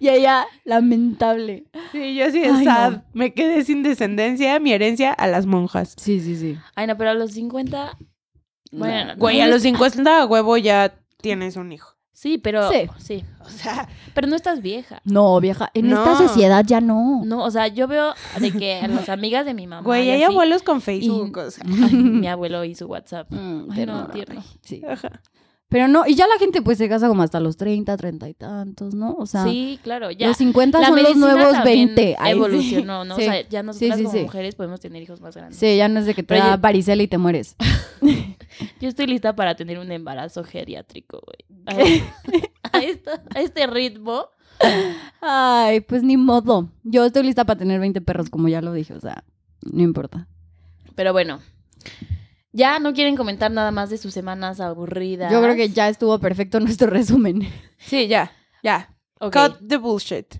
S2: Y ella, lamentable.
S3: Sí, yo sí
S2: Ay,
S3: sad.
S2: no.
S3: Me quedé sin descendencia, mi herencia a las monjas.
S2: Sí, sí, sí.
S4: Ay, no, pero a los 50. Bueno, no.
S3: Güey, a los 50 a huevo ya tienes un hijo.
S4: Sí, pero.
S2: Sí.
S4: Sí.
S3: O sea,
S4: Pero no estás vieja.
S2: No, vieja, en
S3: No.
S2: esta sociedad ya no.
S4: No, o sea, yo veo de que a las amigas de mi mamá.
S3: güey,
S4: y
S3: hay
S4: así-
S3: abuelos con Facebook. o sea.
S4: Ay, mi abuelo y su WhatsApp.
S2: Mm,
S4: Ay,
S2: pero
S4: no,
S2: no,
S4: tierno.
S2: sí.
S3: Ajá.
S2: Pero no, y ya la gente pues se casa como hasta los 30, 30 y tantos, ¿no? O sea,
S4: sí, claro, ya.
S2: los 50 son los
S4: medicina
S2: nuevos
S4: también
S2: 20. Ay, sí.
S4: evolucionó, ¿no?
S2: Sí.
S4: O sea, ya nosotras
S2: sí,
S4: como
S2: sí.
S4: mujeres podemos tener hijos más grandes.
S2: Sí, ya no es de que te
S4: Pero
S2: da
S4: ya-
S2: varicela y te mueres.
S4: Yo estoy lista para tener un embarazo geriátrico, güey. A, a esto- a este ritmo.
S2: Ay, pues ni modo. Yo estoy lista para tener 20 perros, como ya lo dije, o sea, no importa.
S4: Pero bueno. Ya no quieren comentar nada más de sus semanas aburridas.
S2: Yo creo que ya estuvo perfecto nuestro resumen.
S3: Sí, ya, ya.
S4: Ok.
S3: Cut the bullshit.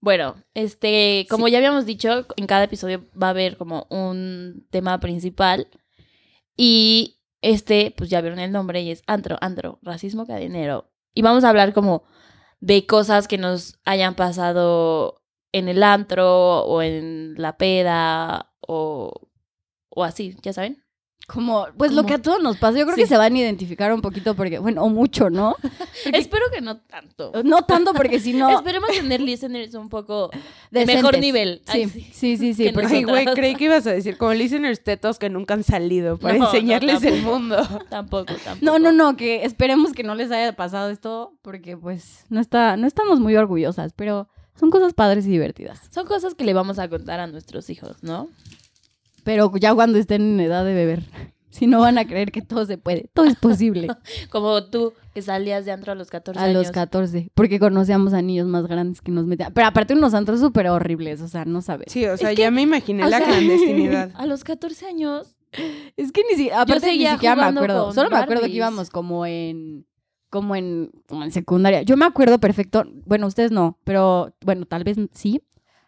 S4: Bueno, este, como ya habíamos dicho, en cada episodio va a haber como un tema principal. Y este, pues ya vieron el nombre y es Antro, Antro, Racismo Cadenero. Y vamos a hablar como de cosas que nos hayan pasado en el antro o en la peda o, o así, ya saben.
S2: Como, pues lo
S4: Como-
S2: que a todos nos pasa, yo creo
S4: Sí.
S2: que se van a identificar un poquito porque, bueno, o mucho, ¿no?
S4: Espero que no tanto.
S2: No tanto porque si no...
S4: Esperemos tener listeners un poco de
S2: decentes.
S4: mejor nivel.
S2: Sí,
S4: Ay,
S2: sí, sí, sí,
S4: Que
S2: porque-
S3: Ay, güey,
S4: nosotras.
S3: creí que ibas a decir como listeners tetos que nunca han salido para
S4: No, no,
S3: enseñarles el
S4: tampoco.
S3: mundo.
S4: Tampoco, tampoco.
S2: No, no, no, que esperemos que no les haya pasado esto porque pues no, está, no estamos muy orgullosas, pero son cosas padres y divertidas.
S4: Son cosas que le vamos a contar a nuestros hijos, ¿no?
S2: Pero ya cuando estén en edad de beber, si no van a creer que todo se puede, todo es posible
S4: Como tú, que salías de antro a los 14
S2: a
S4: años.
S2: los 14, porque conocíamos a niños más grandes que nos metían. Pero aparte unos antros súper horribles, o sea, no sabes.
S3: Sí, o sea,
S4: que-
S3: ya me imaginé
S4: o
S3: la
S4: sea-
S3: clandestinidad.
S4: A los 14 años.
S2: Es que ni, si- aparte, ni
S4: seguía
S2: siquiera me
S4: jugando
S2: acuerdo,
S4: con
S2: solo me acuerdo que
S4: Barbies.
S2: íbamos como en... Como en, como en secundaria. Yo me acuerdo perfecto, bueno, ustedes no, pero bueno, tal vez sí.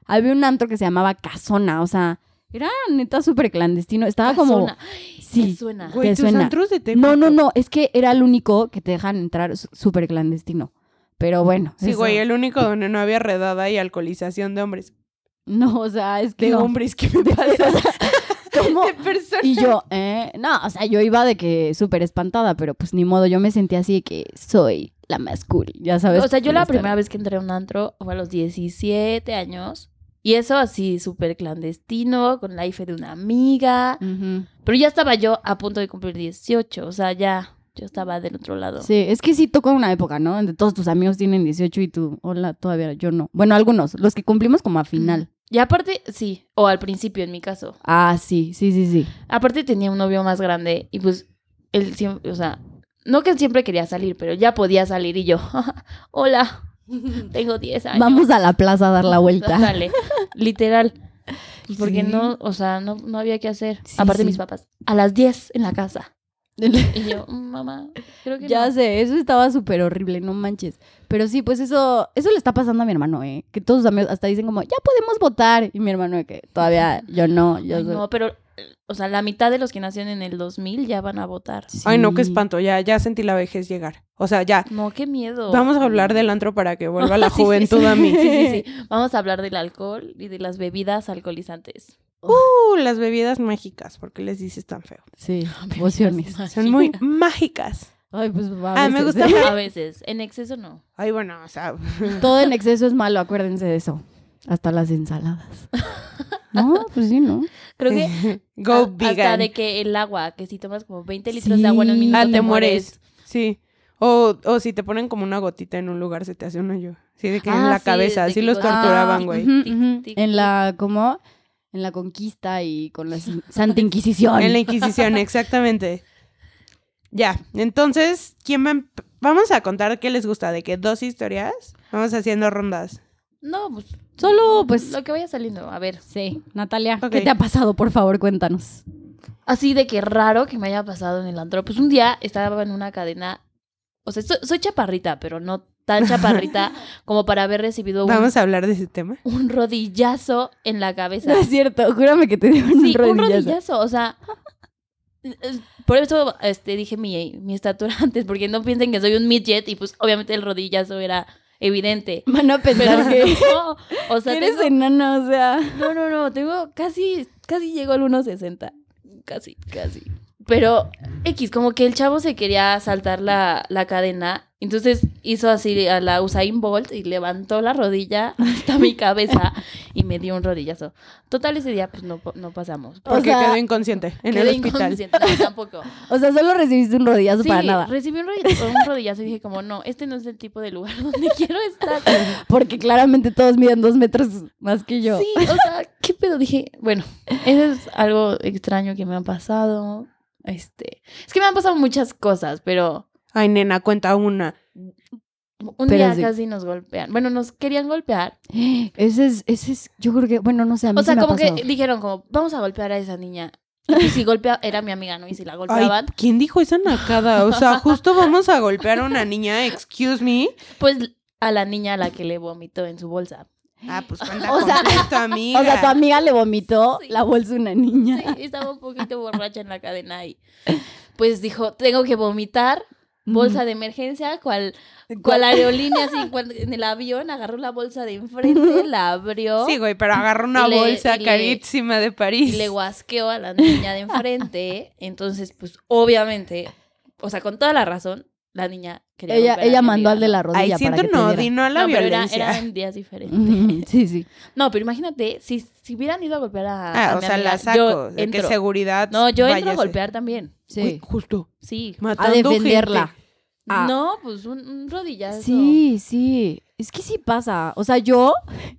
S2: Había un antro que se llamaba Casona, o sea, era neta súper clandestino. Estaba Ah, como...
S4: Casona.
S2: Sí,
S4: ¿Te suena?
S2: Güey,
S3: Güey,
S2: ¿te
S3: tus
S2: suena?
S3: antros de Tepic.
S2: No, no, no, es que era el único que te dejan entrar su- súper clandestino. Pero bueno.
S3: Sí,
S2: eso-
S3: güey, el único donde no había redada y alcoholización de hombres.
S2: No, o sea, es que.
S3: De
S2: no.
S3: hombres, ¿qué me
S2: O
S3: pasa?
S2: sea, ¿cómo?
S3: De personas.
S2: Y yo, eh, no, o sea, yo iba de que súper espantada, pero pues ni modo, yo me sentía así de que soy la más cool, ya sabes.
S4: O sea, yo
S2: con
S4: la
S2: esta-
S4: primera vez que entré a un antro fue a los 17 años. Y eso así, súper clandestino, con la IFE de una amiga.
S2: Ujú.
S4: Pero ya estaba yo a punto de cumplir 18. O sea, ya yo estaba del otro lado.
S2: Sí, es que sí toca una época, ¿no? Donde todos tus amigos tienen 18 y tú, hola, todavía yo no. Bueno, algunos, los que cumplimos como a final.
S4: Mm. Y aparte, sí, o al principio en mi caso.
S2: Ah, sí, sí, sí, sí.
S4: Aparte tenía un novio más grande y pues él siempre, o sea, no que él siempre quería salir, pero ya podía salir y yo, hola, tengo 10 años.
S2: Vamos a la plaza a dar la vuelta.
S4: Dale, literal. Pues porque
S2: Sí.
S4: no, o sea, no, no había que hacer.
S2: Sí,
S4: Aparte
S2: sí.
S4: mis papás, a las 10 en la casa. Y yo, "Mm, mamá, creo que
S2: Ya
S4: no".
S2: sé, eso estaba súper horrible, no manches. Pero sí, pues eso, eso le está pasando a mi hermano, ¿eh? Que todos sus amigos hasta dicen como, ya podemos votar. Y mi hermano de que todavía yo no, yo
S4: Ay,
S2: soy-
S4: no, pero, eh, o sea, la mitad de los que nacieron en el 2000 ya van a votar.
S3: Ay, no, qué
S2: Sí.
S3: espanto. Ya, ya sentí la vejez llegar. O sea, ya.
S4: No, qué miedo.
S3: Vamos a hablar del antro para que vuelva la
S4: Sí, sí,
S3: juventud
S4: sí.
S3: a mí.
S4: Sí, sí, sí. Vamos a hablar del alcohol y de las bebidas alcoholizantes.
S3: Uh, las bebidas mágicas, ¿por qué les dices tan feo?
S2: Sí, emociones.
S3: Son muy mágicas.
S2: Ay, pues va.
S3: Ah, me gusta.
S4: A veces, en exceso no.
S3: Ay, bueno, o sea,
S2: Todo en exceso es malo, acuérdense de eso. Hasta las ensaladas. No, pues sí, ¿no?
S4: Creo que
S3: go
S4: a- hasta
S3: vegan.
S4: de que el agua, que si tomas como 20 litros de agua en un
S2: Sí.
S4: minuto
S3: Ah,
S4: te, mueres.
S3: Sí. O, o si te ponen como una gotita en un lugar, se te hace un hoyo. Sí, de que
S4: Ah,
S3: en la
S4: sí,
S3: cabeza,
S4: de
S3: así
S4: que "Ah,
S3: los
S4: gotita.
S3: torturaban, güey.
S2: Ah, Ujú,
S4: Tic,
S2: ujú.
S4: tic,
S2: En la, ¿cómo? En la conquista y con la sin- Santa Inquisición.
S3: En la Inquisición, exactamente. Ya, entonces, ¿quién va a emp- Vamos a contar qué les gusta, de que dos historias. Vamos haciendo rondas.
S4: No, pues
S2: Solo, pues-
S4: lo que vaya saliendo, a ver.
S2: Sí, Natalia,
S3: Ok.
S2: ¿qué te ha pasado? Por favor, cuéntanos.
S4: Así de que raro que me haya pasado en el antro. Pues un día estaba en una cadena. O sea, so- soy, chaparrita, pero no tan chaparrita como para haber recibido un,
S3: Vamos a hablar de ese tema.
S4: un rodillazo en la cabeza.
S2: No es cierto, júrame que te dio un
S4: Sí, un
S2: rodillazo.
S4: rodillazo, o sea. es- Por eso este, dije mi, mi estatura antes, porque no piensen que soy un midget y pues obviamente el rodillazo era evidente.
S2: Van a
S4: Pero
S2: pensar que
S4: no, o sea,
S2: eres
S4: tengo-
S2: enana, o sea.
S4: no, no, no, tengo casi, casi llego al 1.60, casi, casi. Pero X, como que el chavo se quería saltar la, la cadena, entonces hizo así a la Usain Bolt y levantó la rodilla hasta mi cabeza y me dio un rodillazo. Total, ese día pues no, no pasamos.
S2: O
S3: Porque
S2: sea,
S3: quedó inconsciente en el
S4: Quedé
S3: hospital.
S4: inconsciente, no, tampoco.
S2: O sea, solo recibiste un rodillazo
S4: Sí,
S2: para nada.
S4: recibí un rodillazo, un rodillazo y dije como, no, este no es el tipo de lugar donde quiero estar.
S2: Porque claramente todos miden dos metros más que yo.
S4: Sí, o sea, qué pedo. Dije, bueno, eso es algo extraño que me ha pasado. Este, es que me han pasado muchas cosas, pero
S3: Ay, nena, cuenta una.
S4: un
S2: Pero
S4: día
S2: sí.
S4: casi nos golpean. Bueno, nos querían golpear.
S2: Ese es, ese es, yo creo que, bueno, no sé, a mí
S4: O sea,
S2: sí me ha
S4: como que
S2: pasado.
S4: dijeron como, vamos a golpear a esa niña. Y pues si golpea, era mi amiga, ¿no? Y si la
S3: Ay,
S4: golpeaban,
S3: ¿quién dijo esa nacada? O sea, justo vamos a golpear a una niña, excuse me.
S4: pues a la niña a la que le vomitó en su bolsa.
S3: Ah, pues cuenta
S2: O sea-
S3: completo, amiga.
S2: O sea, tu amiga le vomitó
S4: Sí.
S2: la bolsa a una niña.
S4: Sí, estaba un poquito borracha en la cadena y pues dijo, tengo que vomitar bolsa de emergencia, cual, cual aerolínea, así, cual- en el avión, agarró la bolsa de enfrente, la abrió
S3: Sí, güey, pero agarró una
S4: Y le-
S3: bolsa
S4: y le-
S3: carísima de
S4: y
S3: París.
S4: le guasqueó a la niña de enfrente. Entonces, pues, obviamente, o sea, con toda la razón, la niña quería
S2: Ella,
S4: golpear a
S2: ella
S4: mi
S2: mandó al
S4: amiga,
S2: de la
S3: Ay,
S2: rodilla
S3: siento
S2: para que
S3: no,
S2: te diera.
S3: di no a la
S4: No, pero era-
S3: violencia.
S4: eran días diferentes.
S2: sí, sí.
S4: No, pero imagínate, si, si hubieran ido a golpear a,
S3: Ah,
S4: a
S3: o
S4: mi
S3: sea,
S4: amiga,
S3: la
S4: yo
S3: saco. de que
S4: entro.
S3: seguridad.
S4: No, yo entro a
S3: váyase.
S4: golpear también.
S2: sí.
S3: Uy, justo.
S4: Sí.
S2: a
S3: matando
S2: defenderla.
S3: gente.
S2: Ah.
S4: No, pues un, un rodillazo.
S2: Sí, sí. Es que sí pasa. O sea, yo,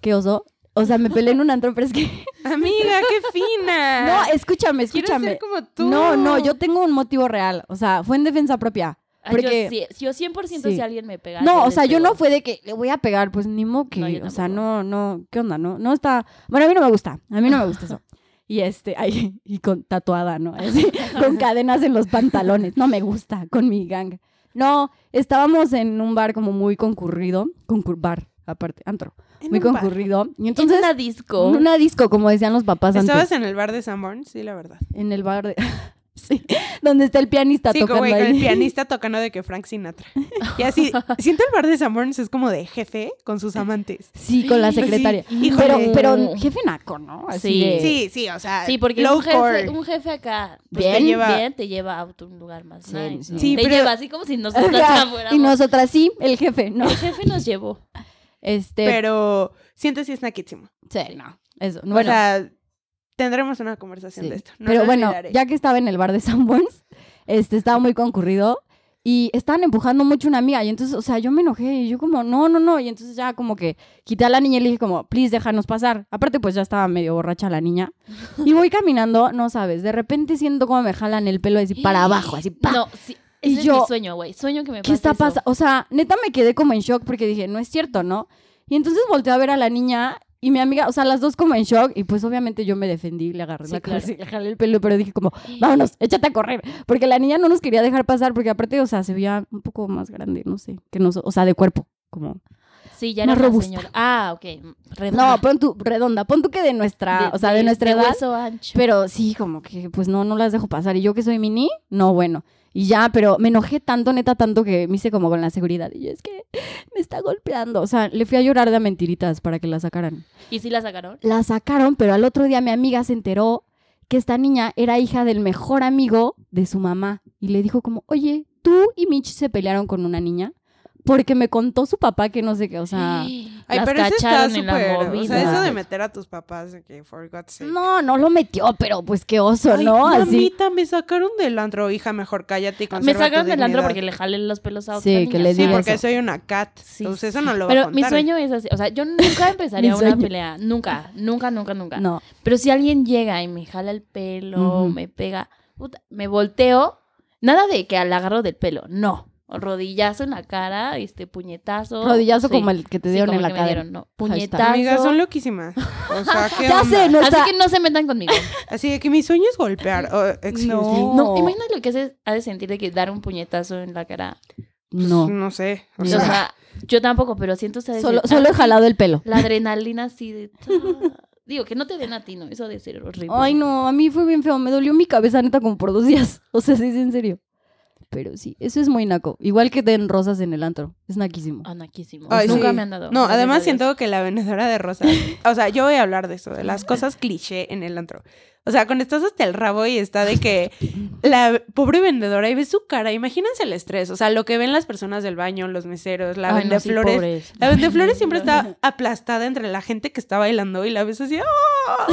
S2: qué oso. O sea, me peleé en un antro, pero es que.
S3: Amiga, qué fina.
S2: No, escúchame,
S3: Quiero
S2: escúchame.
S3: ser como tú.
S2: No, no, yo tengo un motivo real. O sea, fue en defensa propia.
S4: Ah,
S2: Porque.
S4: Yo, sí- yo 100%
S2: Sí.
S4: si alguien me pega.
S2: No, o
S4: les
S2: sea, yo
S4: pego.
S2: no fue de que le voy a pegar, pues ni modo que,
S4: No, yo
S2: o sea,
S4: tampoco.
S2: no, no, ¿qué onda? No, no está, bueno, a mí no me gusta, a mí no me gusta eso. Y este, ay, y con tatuada, ¿no? Así, con cadenas en los pantalones, no me gusta, con mi gang. No, estábamos en un bar como muy concurrido, concur bar, aparte, antro,
S3: En
S2: muy
S3: un bar.
S2: concurrido. Y entonces,
S4: Entonces, una disco.
S2: en una disco, como decían los papás
S3: ¿Estabas
S2: antes,
S3: en el bar de Sanborn? Sí, la verdad.
S2: en el bar de, sí, donde está el pianista
S3: Sí,
S2: tocando
S3: güey, con
S2: ahí.
S3: el pianista tocando de que Frank Sinatra. Y así, siento el bar de Sanborns es como de jefe con sus amantes.
S2: Sí, con la
S3: Sí,
S2: secretaria.
S3: híjole.
S2: pero, pero jefe naco, ¿no? Así
S4: Sí.
S2: de-
S3: Sí, sí, o sea,
S4: Sí, porque
S3: low
S4: un jefe,
S3: core.
S4: un jefe acá
S3: Pues
S4: bien,
S3: te lleva-
S4: bien te lleva a otro- un lugar más
S2: Sí,
S4: nice,
S2: sí.
S4: ¿no?
S3: Sí,
S4: te
S3: pero-
S4: lleva así como si nosotros
S2: Ajá,
S4: fuéramos.
S2: y nosotras sí, el jefe, no.
S4: El jefe nos llevó.
S2: Este,
S3: Pero siento si es naquísimo.
S2: sí, no. Eso,
S3: Bueno,
S2: bueno.
S3: o sea, tendremos una conversación
S2: sí.
S3: de esto. No
S2: Pero
S3: lo
S2: bueno,
S3: olvidaré.
S2: ya que estaba en el bar de Sanborns, este, estaba muy concurrido y estaban empujando mucho una amiga y entonces, o sea, yo me enojé y yo como, no, no, no, y entonces ya como que quité a la niña y le dije como, please, déjanos pasar. Aparte, pues ya estaba medio borracha la niña. Y voy caminando, no sabes, de repente siento como me jalan el pelo así para abajo, así, pa.
S4: No, sí.
S2: Y
S4: Ese
S2: yo-
S4: es mi sueño, güey. Sueño que me
S2: ¿Qué está
S4: pase eso.
S2: pasando? O sea, neta me quedé como en shock porque dije, no es cierto, ¿no? Y entonces volteé a ver a la niña y mi amiga, o sea, las dos como en shock. Y pues obviamente yo me defendí, le agarré
S4: Sí,
S2: la
S4: claro.
S2: cabeza y le jalé el pelo, pero dije como, vámonos, échate a correr. Porque la niña no nos quería dejar pasar porque aparte, o sea, se veía un poco más grande, no sé, que nos, o sea, de cuerpo, como...
S4: Sí, ya
S2: Más
S4: era una
S2: robusta.
S4: señora. Ah, ok. Redonda.
S2: No, pon tú, redonda, pon tú que de nuestra, o sea, de, nuestra edad.
S4: hueso ancho.
S2: Pero sí, como que pues no, no las dejo pasar. Y yo que soy mini, no, bueno. Y ya, pero me enojé tanto, neta, tanto que me hice como con la seguridad. Y yo es que me está golpeando. O sea, le fui a llorar de a mentiritas para que la sacaran.
S4: ¿Y si la sacaron?
S2: La sacaron, pero al otro día mi amiga se enteró que esta niña era hija del mejor amigo de su mamá. Y le dijo como, oye, tú y Mitch se pelearon con una niña porque me contó su papá que no sé qué, o sea...
S3: Ay,
S4: las
S3: pero eso está
S4: cacharon en la
S3: súper. O sea,
S4: movida.
S3: eso de meter a tus papás, de que for God's sake.
S2: No, no lo metió, pero pues qué oso,
S3: Ay,
S2: ¿no? Así...
S3: Mamita, me sacaron del antro, hija, mejor cállate y
S4: me
S3: conserva
S4: sacaron
S3: tu
S4: del antro
S3: dignidad.
S4: porque le jalé los pelos a otra
S2: Sí, que
S4: niña.
S2: le
S3: Sí,
S2: diga
S3: porque
S2: eso.
S3: soy una cat.
S4: Sí,
S3: entonces eso no lo va a
S4: Pero
S3: contar.
S4: mi sueño es así. O sea, yo nunca empezaría
S2: Mi
S4: una
S2: sueño. Ah.
S4: pelea. Nunca, nunca, nunca, nunca.
S2: No,
S4: Pero si alguien llega y me jala el pelo,
S2: Ujú.
S4: me pega, puta, me volteo. Nada de que al agarro del pelo, no. Rodillazo en la cara, este puñetazo.
S2: rodillazo
S4: Sí.
S2: como el que te
S4: Sí,
S2: dieron en
S4: como el
S2: la
S4: que me
S2: cadera.
S4: dieron, no.
S2: Ahí está.
S4: Puñetazo.
S3: Amigas, son loquísimas. O sea, ¿qué
S2: Ya
S3: onda?
S2: sé, no
S4: Así
S2: está.
S4: que no se metan conmigo.
S3: Así de que mi sueño es golpear. Oh, excuse me.
S4: No, imagínate lo que se ha de sentir de que dar un puñetazo en la cara.
S2: No.
S3: Pues, No sé. O
S4: O
S2: Mira.
S3: sea,
S4: sea, yo tampoco, pero siento se ha de
S2: Solo,
S4: sentir-
S2: solo he jalado el pelo.
S4: La adrenalina así de. Digo, que no te den a ti, ¿no? Eso ha de ser horrible.
S2: Ay, no, a mí fue bien feo. Me dolió mi cabeza neta como por dos días. O sea, sí, es en serio. Pero sí, eso es muy naco. Igual que den rosas en el antro. Es naquísimo.
S4: Anaquísimo.
S3: Ay,
S4: Nunca
S3: sí.
S4: me han dado.
S3: no,
S4: gracias a
S3: además
S4: Dios.
S3: siento que la vendedora de rosas. O sea, yo voy a hablar de eso, de las cosas cliché en el antro. O sea, cuando estás hasta el rabo y está de que la pobre vendedora y ves su cara, imagínense el estrés. O sea, lo que ven las personas del baño, los meseros, la
S4: Ay, no, sí,
S3: vendeflores.
S4: pobres.
S3: La vendeflores siempre está aplastada entre la gente que está bailando y la ves así. ¡ah!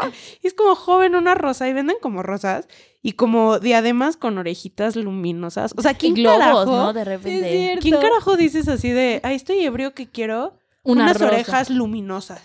S3: ¡ah! Y es como joven una rosa y venden como rosas y como diademas con orejitas luminosas. O sea,
S4: Y
S3: ¿quién
S4: globos,
S3: carajo?
S4: ¿no? De
S2: Sí,
S4: repente.
S2: cierto.
S3: ¿Quién carajo dices así de, ay, estoy ebrio que quiero
S4: Una
S3: unas
S4: rosa.
S3: orejas luminosas?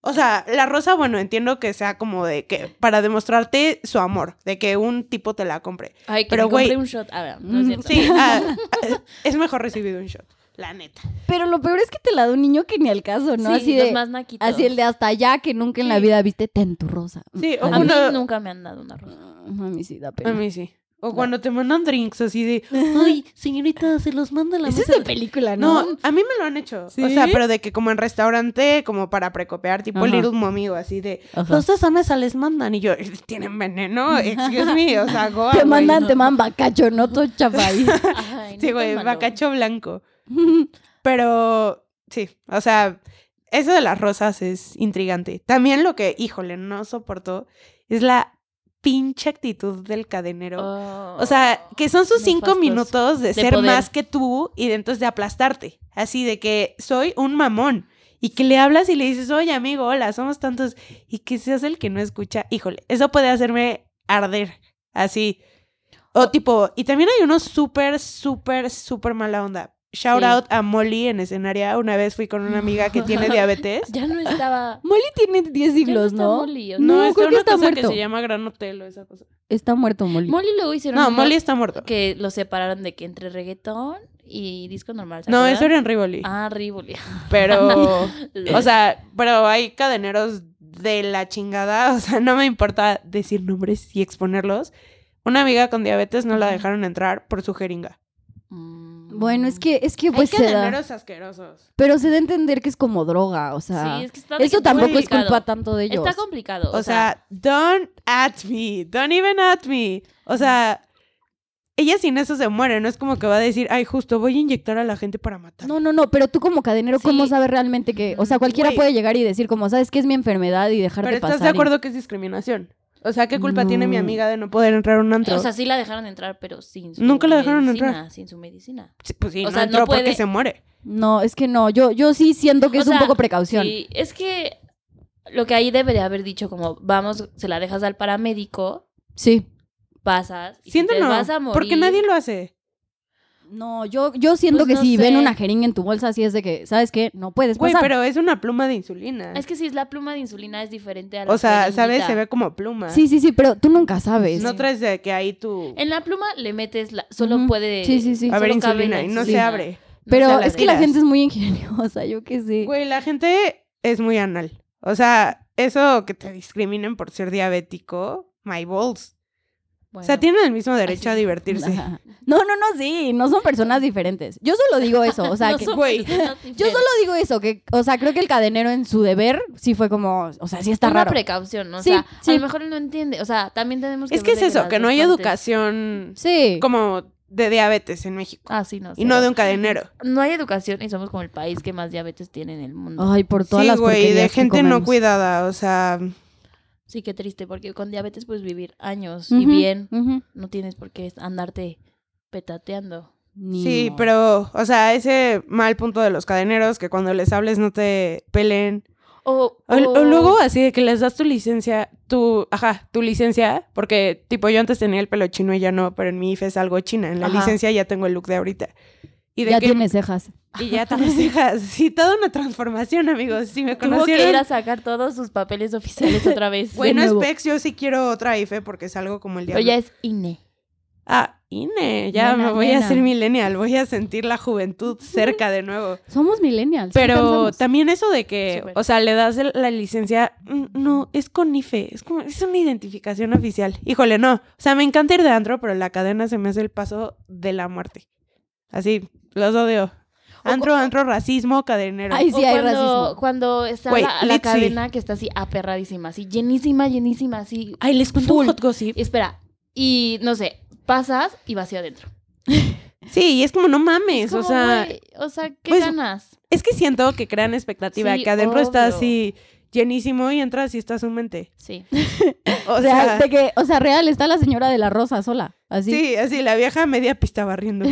S3: O sea, la rosa, bueno, entiendo que sea como de que, para demostrarte su amor, de que un tipo te la compre.
S4: Ay, que
S3: Pero,
S4: me compré
S3: güey.
S4: un shot. A ver, no es cierto.
S3: Sí, ah, ah, es mejor recibir un shot, la neta.
S2: Pero lo peor es que te la da un niño que ni al caso, ¿no?
S4: Sí,
S2: así
S4: los
S2: de.
S4: más naquitos.
S2: Así el de hasta allá que nunca en la
S3: Sí.
S2: vida viste ten tu rosa.
S3: Sí, o
S2: a
S4: A
S2: mí,
S4: mí
S3: Uno-
S4: nunca me han dado una rosa.
S2: a mí sí da
S3: A
S2: pena.
S3: mí sí. O cuando te mandan drinks así de, ay, señorita, se los manda la
S2: Esa es
S3: mesa".
S2: de película,
S3: No,
S2: ¿no?
S3: a mí me lo han hecho. O
S2: ¿Sí?
S3: sea, pero de que como en restaurante, como para precopear, tipo
S4: Ajá.
S3: Little Mommy o así de,
S4: Ajá.
S3: los de esa mesa les mandan. Y yo, "Eh, ¿tienen veneno? Excuse me, o sea, go
S2: te
S3: away".
S2: mandan, te mandan bacacho, no todo chapay.
S4: Ay, no
S3: Sí, güey,
S4: tómalo.
S3: bacacho blanco. Pero sí, o sea, eso de las rosas es intrigante. También lo que, híjole, no soportó es la pinche actitud del cadenero.
S4: Oh.
S3: o sea, que son sus cinco
S4: Nefastos.
S3: minutos de,
S4: De
S3: ser
S4: poder.
S3: más que tú y de entonces de aplastarte. Así de que soy un mamón. Y que le hablas y le dices, oye amigo, hola, somos tantos. Y que seas el que no escucha. Híjole, eso puede hacerme arder. Así. O tipo, y también hay unos súper, súper, súper mala onda. Shout
S4: Sí.
S3: out a Molly en escenaria. Una vez fui con una amiga que tiene diabetes.
S4: Ya no estaba.
S2: Molly tiene 10
S4: ya no
S2: siglos,
S4: está
S2: ¿no?
S4: Molly, o sea,
S2: No, creo que
S3: una
S2: está
S3: cosa
S2: muerto.
S3: se llama Gran Hotel o esa cosa.
S2: Está muerto Molly.
S4: Molly luego hicieron.
S3: No,
S4: uno
S3: Molly está muerto.
S4: Que lo separaron de que entre reggaetón y disco normal. ¿se
S3: No,
S4: acuerdan?
S3: eso era en Rivoli.
S4: Ah, Rivoli.
S3: Pero,
S4: Eh.
S3: o sea, pero hay cadeneros de la chingada, o sea, no me importa decir nombres y exponerlos. Una amiga con diabetes no la dejaron entrar por su jeringa.
S4: Mm.
S2: Bueno, es que, es que pues
S3: hay
S2: se da.
S3: cadeneros asquerosos.
S2: Pero se da a entender que es como droga, o sea.
S4: Sí, es que está de
S2: eso
S4: que
S2: tampoco es
S4: complicado.
S2: culpa tanto de ellos.
S4: Está complicado.
S3: O, sea, don't at me, don't even at me. O sea, ella sin eso se muere, no es como que va a decir, ay, justo voy a inyectar a la gente para matar.
S2: No, no, no, pero tú como cadenero, ¿cómo
S4: Sí. Mm,
S2: sabes realmente que? O sea, cualquiera
S3: Güey.
S2: puede llegar y decir como, ¿sabes que es mi enfermedad? Y dejarte
S3: pero
S2: pasar.
S3: estás de
S2: y-
S3: acuerdo que es discriminación. O sea, ¿qué culpa tiene mi
S2: No.
S3: amiga de no poder entrar a un antro?
S4: O sea, sí la dejaron entrar, pero sin su
S3: Nunca la dejaron
S4: medicina,
S3: entrar.
S4: Sin su medicina.
S3: Sí, pues sí,
S4: o
S3: no
S4: sea, no
S3: entró porque
S4: puede-
S3: se muere.
S2: No, es que no, yo, yo sí siento que
S4: O
S2: es un
S4: sea,
S2: poco precaución.
S4: Sí, es que lo que ahí debería haber dicho, como, vamos, se la dejas al paramédico,
S2: sí.
S4: pasas, y si
S3: Siento
S4: te
S3: no,
S4: vas a morir.
S3: porque nadie lo hace.
S2: No, yo, yo siento
S4: Pues
S2: que
S4: no
S2: si
S4: sé.
S2: ven una jeringa en tu bolsa, así es de que, ¿sabes qué? No puedes
S3: Güey,
S2: pasar.
S3: pero es una pluma de insulina.
S4: Es que si es la pluma de insulina es diferente a la
S3: o sea, ¿sabes?
S4: jeringuita.
S3: Se ve como pluma.
S2: Sí, sí, sí, pero tú nunca sabes.
S3: No traes de que ahí tú...
S4: En la pluma le metes la... Solo
S2: Ujú.
S4: puede...
S2: Sí, sí, sí.
S3: A ver,
S4: solo cabe
S3: insulina,
S4: la
S3: y no se
S4: insulina.
S3: abre.
S4: No
S2: pero
S4: se
S2: es que la
S4: abre.
S2: gente es muy ingeniosa, yo qué sé.
S3: Güey, la gente es muy anal. O sea, eso que te discriminen por ser diabético, my balls. O sea,
S4: Bueno.
S3: tienen el mismo derecho
S4: Así.
S3: a divertirse.
S2: Ajá. No, no, no, sí, no son personas diferentes. Yo solo digo eso, o sea,
S4: No
S2: que,
S4: son
S3: güey,
S4: personas
S2: yo solo digo eso, que, o sea, creo que el cadenero en su deber sí fue como, o sea, sí está
S4: una
S2: raro.
S4: precaución, ¿no? O
S2: Sí,
S4: sea,
S2: sí.
S4: a lo mejor él no entiende. O sea, también tenemos que
S3: Es que es
S4: ver de
S3: eso,
S4: las
S3: que no
S4: dos
S3: hay
S4: partes-
S3: educación
S2: Sí.
S3: como de diabetes en México.
S4: Ah, sí, no.
S3: Y no
S4: cero.
S3: de un Ah. cadenero.
S4: No hay educación y somos como el país que más diabetes tiene en el mundo.
S2: Ay, por todas
S3: Sí,
S2: las
S3: güey, de
S2: porquerías que
S3: gente no
S2: comemos.
S3: cuidada, o sea...
S4: Sí, qué triste, porque con diabetes puedes vivir años y
S2: Ujú,
S4: bien.
S2: ujú.
S4: No tienes por qué andarte petateando.
S2: Ni
S3: Sí,
S2: modo.
S3: pero, o sea, ese mal punto de los cadeneros, que cuando les hables no te peleen.
S4: O,
S3: O, o
S4: Oh.
S3: luego así de que les das tu licencia, tu, ajá, tu licencia, porque tipo yo antes tenía el pelo chino y ya no, pero en mi IFE es algo china, en la
S4: Ajá.
S3: licencia ya tengo el look de ahorita. Y de
S2: Ya
S3: que,
S2: tiene cejas.
S3: y ya tengo cejas. Sí, toda una transformación, amigos. Si me
S4: tuvo que ir
S3: conocieron.
S4: a sacar todos sus papeles oficiales otra vez.
S2: Güey,
S3: Bueno,
S2: de nuevo.
S3: Specs, yo sí quiero otra IFE porque es algo como el
S4: Pero
S3: diablo.
S4: ya es INE.
S3: Ah, INE, ya
S4: Nena,
S3: me voy a
S4: nena.
S3: hacer millennial, voy a sentir la juventud cerca de nuevo.
S2: Somos millennials. sí
S3: Pero
S2: alcanzamos.
S3: también eso de que,
S4: Súper.
S3: o sea, le das el- la licencia, mm, no, es con IFE, es como, es una identificación oficial. Híjole, no. O sea, me encanta ir de antro, pero la cadena se me hace el paso de la muerte. Así, los odio. Antro, antro, racismo, cadenero.
S2: Ay, sí,
S4: O
S2: hay
S4: cuando,
S2: racismo.
S4: Cuando está
S3: Güey,
S4: la, la
S3: Litzy.
S4: cadena que está así aperradísima, así llenísima, llenísima, así.
S3: Ay, les cuento un hot gossip.
S4: Espera, y no sé, pasas y vas hacia adentro.
S3: Sí, y es como, no mames,
S4: Es como,
S3: Pues, o sea,
S4: güey, o sea, ¿qué
S3: pues,
S4: ganas?
S3: es que siento que crean expectativa,
S4: Sí,
S3: que adentro está
S4: obvio.
S3: así llenísimo y entras y está su mente.
S4: Sí.
S3: O
S2: O sea,
S3: sea,
S2: de que, o sea, real está la señora de la rosa sola. Así.
S3: Sí, así la vieja media pista barriendo.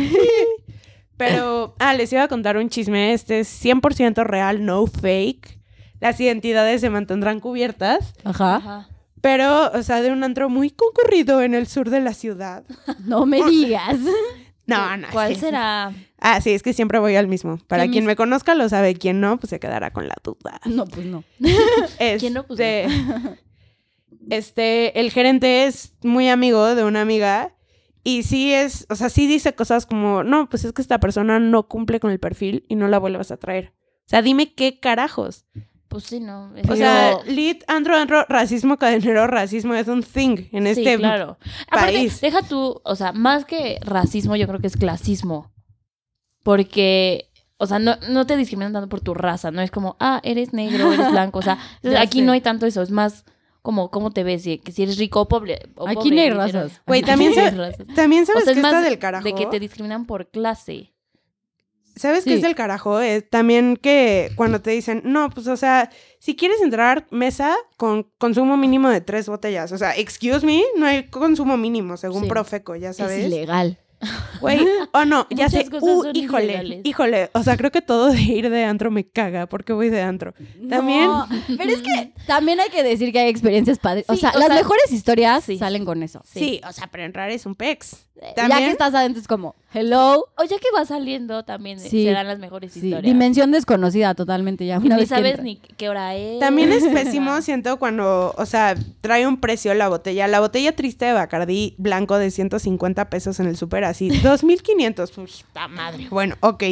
S3: Pero, ah, les iba a contar un chisme. Este es 100% real, no fake. Las identidades se mantendrán cubiertas.
S2: Ajá.
S4: Ajá.
S3: Pero, o sea, de un antro muy concurrido en el sur de la ciudad.
S2: No me digas.
S3: No, no.
S4: ¿Cuál
S3: sí.
S4: será?
S3: Ah, sí, es que siempre voy al mismo. Para
S2: ¿Qué
S3: quien
S2: mis-
S3: me conozca lo sabe, quien no, pues se quedará con la duda.
S2: No, pues no.
S3: Este,
S4: no, pues,
S3: este, el gerente es muy amigo de una amiga y sí es, o sea, sí dice cosas como, no, pues es que esta persona no cumple con el perfil y no la vuelvas a traer. O sea, dime qué carajos.
S4: Pues sí, no.
S3: O sea, lit, andro, andro, racismo, cadenero, racismo es un thing en
S4: sí,
S3: este
S4: claro. Aparte,
S3: país.
S4: deja tú, o sea, más que racismo, yo creo que es clasismo. Porque, o sea, no, no te discriminan tanto por tu raza, no es como, ah, eres negro, eres blanco, o sea,
S3: Ya
S4: aquí
S3: sé.
S4: no hay tanto eso, es más como cómo te ves, si, que si eres rico o pobre. o
S2: Aquí
S4: pobre,
S2: no hay
S4: literal.
S2: razas.
S3: Güey,
S4: Aquí
S3: también
S4: no
S3: se-
S4: hay razas.
S3: También sabes
S4: O sea, es
S3: que
S4: más
S3: está del carajo.
S4: de que te discriminan por clase.
S3: ¿Sabes qué
S2: Sí.
S3: es del carajo? Es también que cuando te dicen, no, pues, o sea, si quieres entrar mesa con consumo mínimo de tres botellas. O sea, excuse me, no hay consumo mínimo, según
S4: Sí.
S3: Profeco, ya
S2: Es
S3: sabes.
S2: ilegal.
S3: Güey, o no, ya
S4: Muchas
S3: sé.
S4: cosas
S3: Uh,
S4: son
S3: híjole,
S4: ilegales.
S3: híjole. O sea, creo que todo de ir de antro me caga porque voy de antro. También.
S2: No, pero es que también hay que decir que hay experiencias padres. o
S4: Sí,
S2: sea,
S4: o
S2: las
S4: sea,
S2: mejores historias
S4: sí. Eh.
S2: salen con eso.
S3: Sí. o sea, pero entrar es un pex.
S2: Ya que
S3: También.
S2: estás adentro es como, hello.
S4: O ya que va saliendo, también eh,
S2: Sí.
S4: serán las mejores
S2: Sí,
S4: historias.
S2: dimensión desconocida totalmente ya. Una
S4: ni
S2: vez que
S4: sabes
S2: entras.
S4: ni qué hora es.
S3: También es pésimo, siento, cuando, o sea, trae un precio la botella. La botella triste de Bacardí blanco de 150 pesos en el súper, así, 2.500. Pues,
S4: Puta madre.
S3: bueno, ok.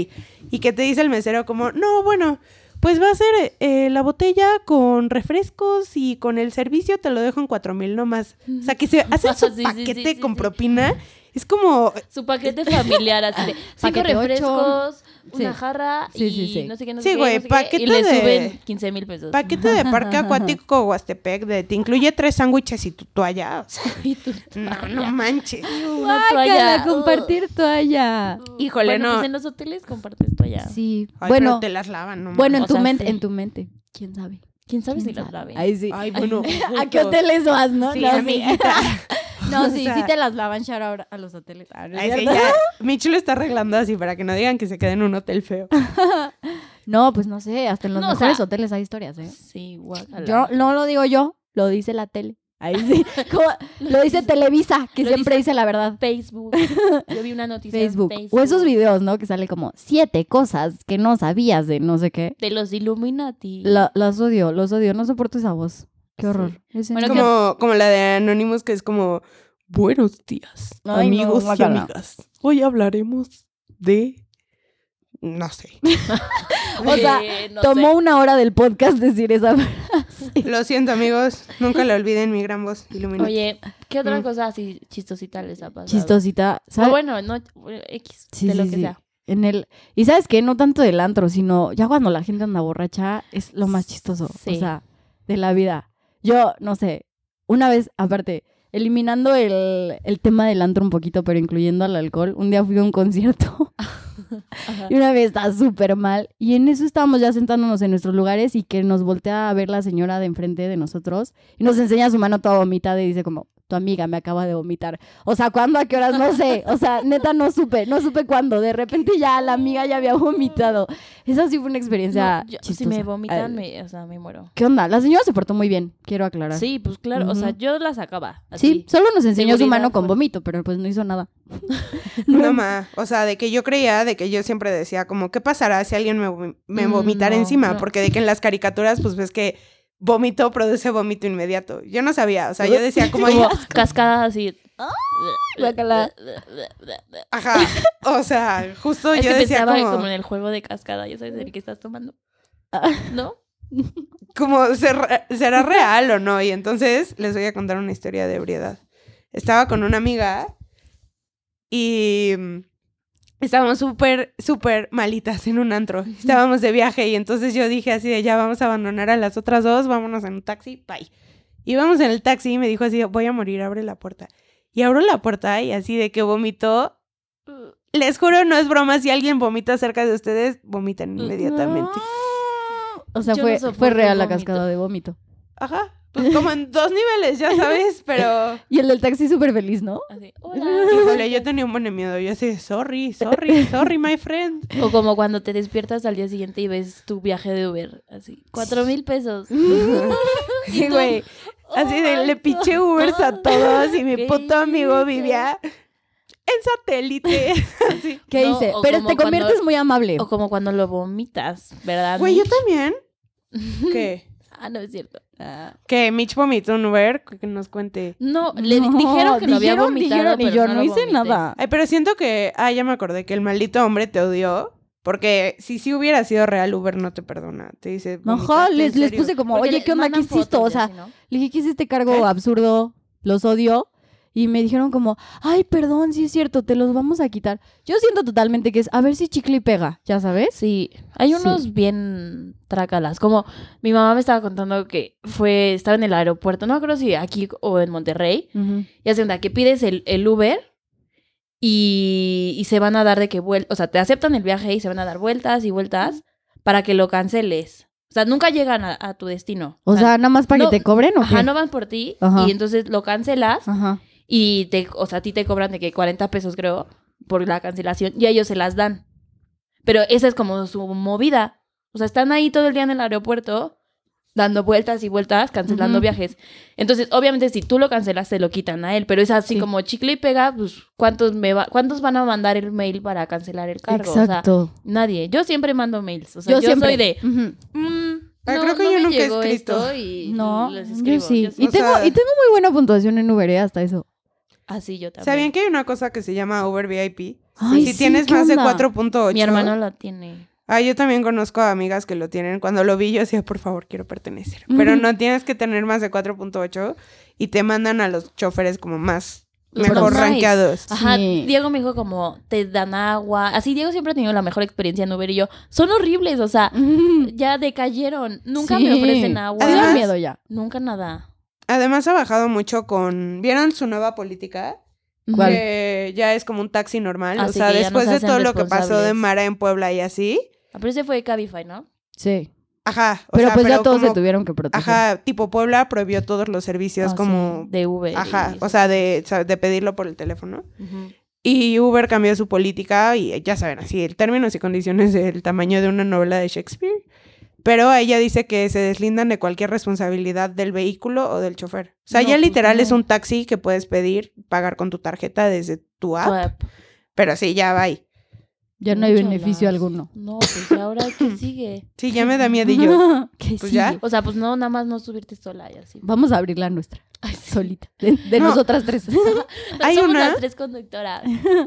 S3: Y que te dice el mesero como, no, bueno, pues va a ser eh, la botella con refrescos y con el servicio te lo dejo en 4.000 nomás. O sea, que se hace su
S4: Sí, sí, sí,
S3: paquete
S4: sí,
S3: con
S4: sí.
S3: propina. Es como, eh,
S4: Su paquete familiar, así de cinco
S2: Paquete ocho.
S4: refrescos, una
S2: Sí.
S4: jarra
S2: Sí,
S4: y
S2: sí, sí.
S4: no sé qué, no
S3: Sí,
S4: sé qué,
S3: güey,
S4: no sé qué,
S3: paquete
S4: Y le
S3: de-
S4: suben 15 mil pesos.
S3: paquete de parque acuático Huastepec, de, te incluye tres sándwiches y tu toalla. O sea,
S4: Y tú-
S3: no, no manches.
S4: Una
S2: Guácala,
S4: toalla,
S2: compartir toalla.
S3: Híjole,
S4: bueno,
S3: no.
S4: pues en los hoteles compartes toalla.
S2: Sí.
S3: Ay,
S2: bueno,
S3: pero te las lavan, no
S2: bueno,
S3: mames.
S2: en
S4: O
S2: tu
S4: sea,
S2: mente,
S4: sí.
S2: en tu mente. ¿Quién sabe?
S4: ¿Quién sabe si
S2: ¿Quién
S4: las
S2: sabe?
S4: laven?
S2: Ahí sí.
S3: Ay, bueno.
S2: ¿A qué hoteles vas, no?
S3: Sí,
S2: no,
S3: amiguita.
S2: no,
S3: O
S2: sí,
S3: sea-
S2: sí te las lavan Shar ahora a los hoteles. Ah, ¿no es
S3: Ay, sí,
S2: cierto?
S3: ya. Michi lo está arreglando así para que no digan que se quede en un hotel feo.
S2: No, pues no sé, hasta en los
S4: No, o
S2: mejores
S4: sea-
S2: hoteles hay historias, ¿eh?
S4: Sí, guácala.
S2: Yo no lo digo yo, lo dice la tele. Ahí sí. Como- lo dice Televisa, que
S4: lo
S2: siempre
S4: dice-
S2: dice la verdad.
S4: Facebook. Yo vi una noticia
S2: Facebook.
S4: en Facebook.
S2: O esos videos, ¿no? Que sale como siete cosas que no sabías de no sé qué.
S4: De los Illuminati.
S2: La- las odio, los odio. No soporto esa voz. Qué
S4: Sí.
S2: horror. Es en
S4: Bueno,
S2: serio.
S3: Como, como la de Anonymous que es como, buenos días,
S2: Ay, no,
S3: amigos y
S2: guácala.
S3: amigas. Hoy hablaremos de... No sé.
S2: o sea,
S4: Eh, no
S2: tomó
S4: sé.
S2: una hora del podcast decir esa
S3: Lo siento, amigos. Nunca le olviden mi gran voz iluminada.
S4: Oye, ¿qué otra
S3: Mm.
S4: cosa así chistosita les ha pasado?
S2: chistosita.
S4: O
S2: ¿sabes?
S4: bueno, no, bueno, X,
S2: Sí,
S4: de lo
S2: sí,
S4: que
S2: sí.
S4: sea.
S2: En el, y sabes que no tanto del antro, sino ya cuando la gente anda borracha es lo más chistoso,
S4: Sí.
S2: o sea, de la vida. Yo, no sé, una vez, aparte, eliminando el, el tema del antro un poquito, pero incluyendo al alcohol, un día fui a un concierto
S4: Ajá.
S2: y una vez estaba súper mal y en eso estábamos ya sentándonos en nuestros lugares y que nos voltea a ver la señora de enfrente de nosotros y nos enseña su mano toda vomitada y dice como... Tu amiga me acaba de vomitar. O sea, ¿cuándo? ¿A qué horas? No sé. O sea, neta, no supe. No supe cuándo. De repente ya la amiga ya había vomitado. Esa sí fue una experiencia
S4: No, yo- si
S2: chistosa.
S4: me vomitan,
S2: Ay,
S4: me, o sea, me muero.
S2: ¿Qué onda? La señora se portó muy bien. Quiero aclarar.
S4: Sí, pues claro, o sea,
S2: Ujú.
S4: yo la sacaba.
S2: Sí,
S4: Así.
S2: solo nos enseñó su
S4: Seguridad,
S2: mano con
S4: bueno.
S2: vómito, pero pues no hizo nada.
S3: No, ma. O sea, de que yo creía, de que yo siempre decía como, ¿qué pasará si alguien me, vom- me
S4: Mm,
S3: vomitara
S4: no,
S3: encima?
S4: no.
S3: Porque de que en las caricaturas, pues ves que vómito produce vómito inmediato. Yo no sabía. O sea, yo decía como...
S4: Como cascada así.
S2: Ah, guácala.
S3: Ajá. O sea, justo
S4: Es
S3: yo
S4: que
S3: decía
S4: pensaba
S3: como,
S4: como... en el juego de cascada, ya sabes, el que estás tomando.
S2: Ah.
S4: ¿No?
S3: como ¿será, será real o no. Y entonces les voy a contar una historia de ebriedad. Estaba con una amiga y mm, estábamos súper, súper malitas en un antro. Estábamos de viaje y entonces yo dije así de ya vamos a abandonar a las otras dos, vámonos en un taxi, bye. Íbamos en el taxi y me dijo así, de, voy a morir, abre la puerta. Y abro la puerta y así de que vomitó. Les juro, no es broma, si alguien vomita cerca de ustedes, vomitan inmediatamente.
S2: O sea,
S4: Yo
S2: fue,
S4: no soporto
S2: fue real la
S4: vómito.
S2: cascada de vómito.
S3: Ajá. Pues como en dos niveles, ya sabes, pero.
S2: Y el del taxi súper feliz, ¿no?
S4: Así, hola.
S3: Híjole, yo tenía un buen de miedo. Yo así, de, sorry, sorry, sorry, my friend.
S4: O como cuando te despiertas al día siguiente y ves tu viaje de Uber, así, cuatro mil pesos.
S3: Sí, güey. Así
S4: Oh,
S3: de, le piché Ubers a todos y mi
S4: ¿Qué
S3: puto amigo
S4: hice?
S3: vivía en satélite. Así.
S2: ¿Qué
S4: No,
S2: hice?
S4: o
S2: Pero
S4: como
S2: te conviertes
S4: cuando-
S2: muy amable.
S4: O como cuando lo vomitas, ¿verdad?
S3: Güey, yo
S4: Mitch?
S3: también. ¿Qué?
S4: Ah, no es cierto.
S3: ¿Qué? Mitch vomitó un Uber, que nos cuente.
S4: No, le di-
S2: No,
S4: dijeron que lo había
S2: dijeron,
S4: vomitado,
S2: dijeron, y
S4: pero
S2: yo
S4: no
S2: no,
S4: lo
S2: hice
S4: vomité.
S2: nada.
S3: Ay, pero siento que. Ah, ya me acordé que el maldito hombre te odió Porque si sí hubiera sido real, Uber no te perdona. Te dice.
S2: No,
S3: "Vomitaste, ¿en
S2: les, les
S3: serio?".
S2: puse como,
S4: Porque
S2: oye,
S4: le
S2: ¿qué onda? ¿Qué
S4: mandan
S2: hiciste?
S4: fotos
S2: O
S4: y
S2: sea,
S4: así, ¿no?
S2: le dije, ¿qué es este cargo absurdo? Los odio. Y me dijeron como, ay, perdón, sí es cierto, te los vamos a quitar. Yo siento totalmente que es, a ver si chicle y pega, ¿ya sabes?
S4: Sí, hay
S2: Sí.
S4: unos bien trácalas. Como mi mamá me estaba contando que fue, estaba en el aeropuerto, no me acuerdo si aquí o en Monterrey, y hace una que pides el, el Uber y, y se van a dar de que vueltas, o sea, te aceptan el viaje y se van a dar vueltas y vueltas para que lo canceles. O sea, nunca llegan a, a tu destino.
S2: O sea, nada más para
S4: no,
S2: que te cobren o
S4: ajá,
S2: qué?
S4: no van por ti
S2: Ajá.
S4: y entonces lo cancelas
S2: Ajá.
S4: y te, o sea, a ti te cobran de que 40 pesos creo por la cancelación y a ellos se las dan. Pero esa es como su movida. O sea, están ahí todo el día en el aeropuerto dando vueltas y vueltas, cancelando
S2: Ujú.
S4: viajes. Entonces, obviamente, si tú lo cancelas, te lo quitan a él. Pero es así
S2: Sí.
S4: como chicle y pega, pues, ¿cuántos, me va, ¿cuántos van a mandar el mail para cancelar el cargo? O sea,
S2: Exacto.
S4: nadie. Yo siempre mando mails. O sea, yo,
S2: siempre-
S4: soy de...
S2: Ujú.
S4: mm,
S3: Ah,
S4: no,
S3: creo que
S4: no
S3: yo
S4: me
S3: nunca he
S4: llegó
S3: escrito.
S4: esto y
S2: No,
S4: les
S2: yo
S4: escribo.
S2: sí.
S4: Yo
S2: y,
S4: soy-
S3: o
S2: tengo,
S3: sea-
S2: y tengo muy buena puntuación en Uber, ¿eh? hasta eso.
S4: Así yo también.
S3: ¿Sabían que hay una cosa que se llama Uber VIP?
S2: Ay,
S3: si
S2: sí,
S3: tienes
S2: ¿qué
S3: más de
S2: onda?
S3: 4.8.
S4: Mi hermano la tiene.
S3: Ah, yo también conozco a amigas que lo tienen. Cuando lo vi, yo decía, por favor, quiero pertenecer. Pero no tienes que tener más de 4.8 y te mandan a los choferes como más,
S4: Los
S3: mejor
S4: más.
S3: rankeados.
S4: Ajá,
S2: Sí.
S4: Diego me dijo como, te dan agua. Así Diego siempre ha tenido la mejor experiencia en Uber y yo, son horribles, o sea, ya decayeron. Nunca me
S2: Sí.
S4: ofrecen agua.
S2: Sí, da
S3: Además-
S2: miedo ya.
S4: Nunca nada.
S3: Además, ha bajado mucho con. ¿Vieron su nueva política?
S2: ¿Cuál? Ah,
S3: Que ya es como un taxi normal. o
S4: Así
S3: sea,
S4: que ya
S3: después
S4: nos
S3: de
S4: hacen
S3: todo lo que pasó de
S4: responsables.
S3: Mara en Puebla y así.
S4: Ah, Pero ese fue Cabify, ¿no?
S2: Sí.
S3: Ajá. o
S2: pero
S3: sea,
S2: pues ya todos
S3: como-
S2: se tuvieron que proteger.
S3: Ajá, tipo Puebla prohibió todos los servicios
S4: Ah,
S3: como.
S4: sí, de Uber.
S3: Ajá,
S4: y-
S3: o sea, de, o sea, de pedirlo por el teléfono.
S4: Ujú.
S3: Y Uber cambió su política y eh, ya saben, así, el términos y condiciones del tamaño de una novela de Shakespeare. Pero ella dice que se deslindan de cualquier responsabilidad del vehículo o del chofer. O sea,
S4: No,
S3: ya
S4: pues
S3: literal
S4: no.
S3: es un taxi que puedes pedir, pagar con tu tarjeta desde tu app.
S4: Tu app.
S3: Pero sí, ya va. ahí.
S2: Ya no hay
S4: Muchalas.
S2: beneficio alguno.
S4: No, pues ¿y ahora qué sigue.
S3: Sí, ya me da miedillo.
S2: ¿Qué
S3: Pues ya.
S2: sigue?
S4: O sea, pues no, nada más no subirte sola y así.
S2: Vamos a abrir la nuestra. Solita. De, de
S3: No.
S2: nosotras tres.
S3: Hay
S4: Somos
S3: una- Pues,
S4: las tres conductoras.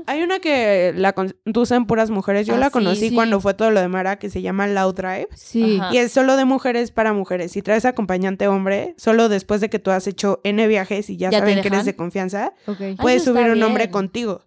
S3: Hay una que la conducen puras mujeres. Yo
S4: Ah,
S3: la
S4: sí,
S3: conocí
S2: sí.
S3: cuando fue todo lo de Mara, que se llama E. Loud Drive.
S2: sí.
S4: Ajá.
S3: Y es solo de mujeres para mujeres. Si traes acompañante hombre, solo después de que tú has hecho N viajes y ya,
S4: ¿Ya te
S3: saben que eres
S4: dejan?
S3: de confianza,
S2: Ok.
S4: Ah,
S3: puedes
S4: eso
S3: subir
S4: está
S3: un hombre
S4: bien. Ah,
S3: contigo.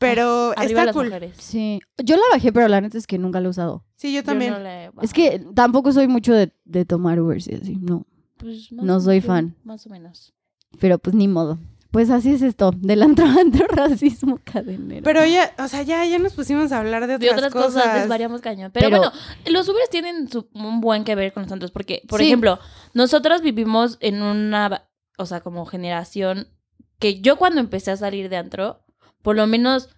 S3: Pero
S4: Arriba
S3: está
S4: las
S3: cool.
S4: mujeres.
S2: Sí. Yo la bajé, pero la neta es que nunca la he usado.
S3: Sí, yo
S4: Yo
S3: también.
S4: no la he bajado.
S2: Es que tampoco soy mucho de, de tomar Ubers y así, no.
S4: Pues, más
S2: no
S4: o
S2: soy
S4: menos,
S2: fan.
S4: Más o menos.
S2: Pero pues ni modo. Pues así es esto, del antro antro racismo cadenero.
S3: Pero ya, o sea, ya, ya nos pusimos a hablar de
S4: de
S3: otras,
S4: otras cosas,
S3: cosas.
S4: desvariamos cañón. Pero,
S2: Pero-
S4: bueno, los Ubers tienen su- un buen que ver con los santos, porque, por
S2: Sí.
S4: ejemplo, nosotros vivimos en una, va- o sea, como generación que yo cuando empecé a salir de antro, por lo menos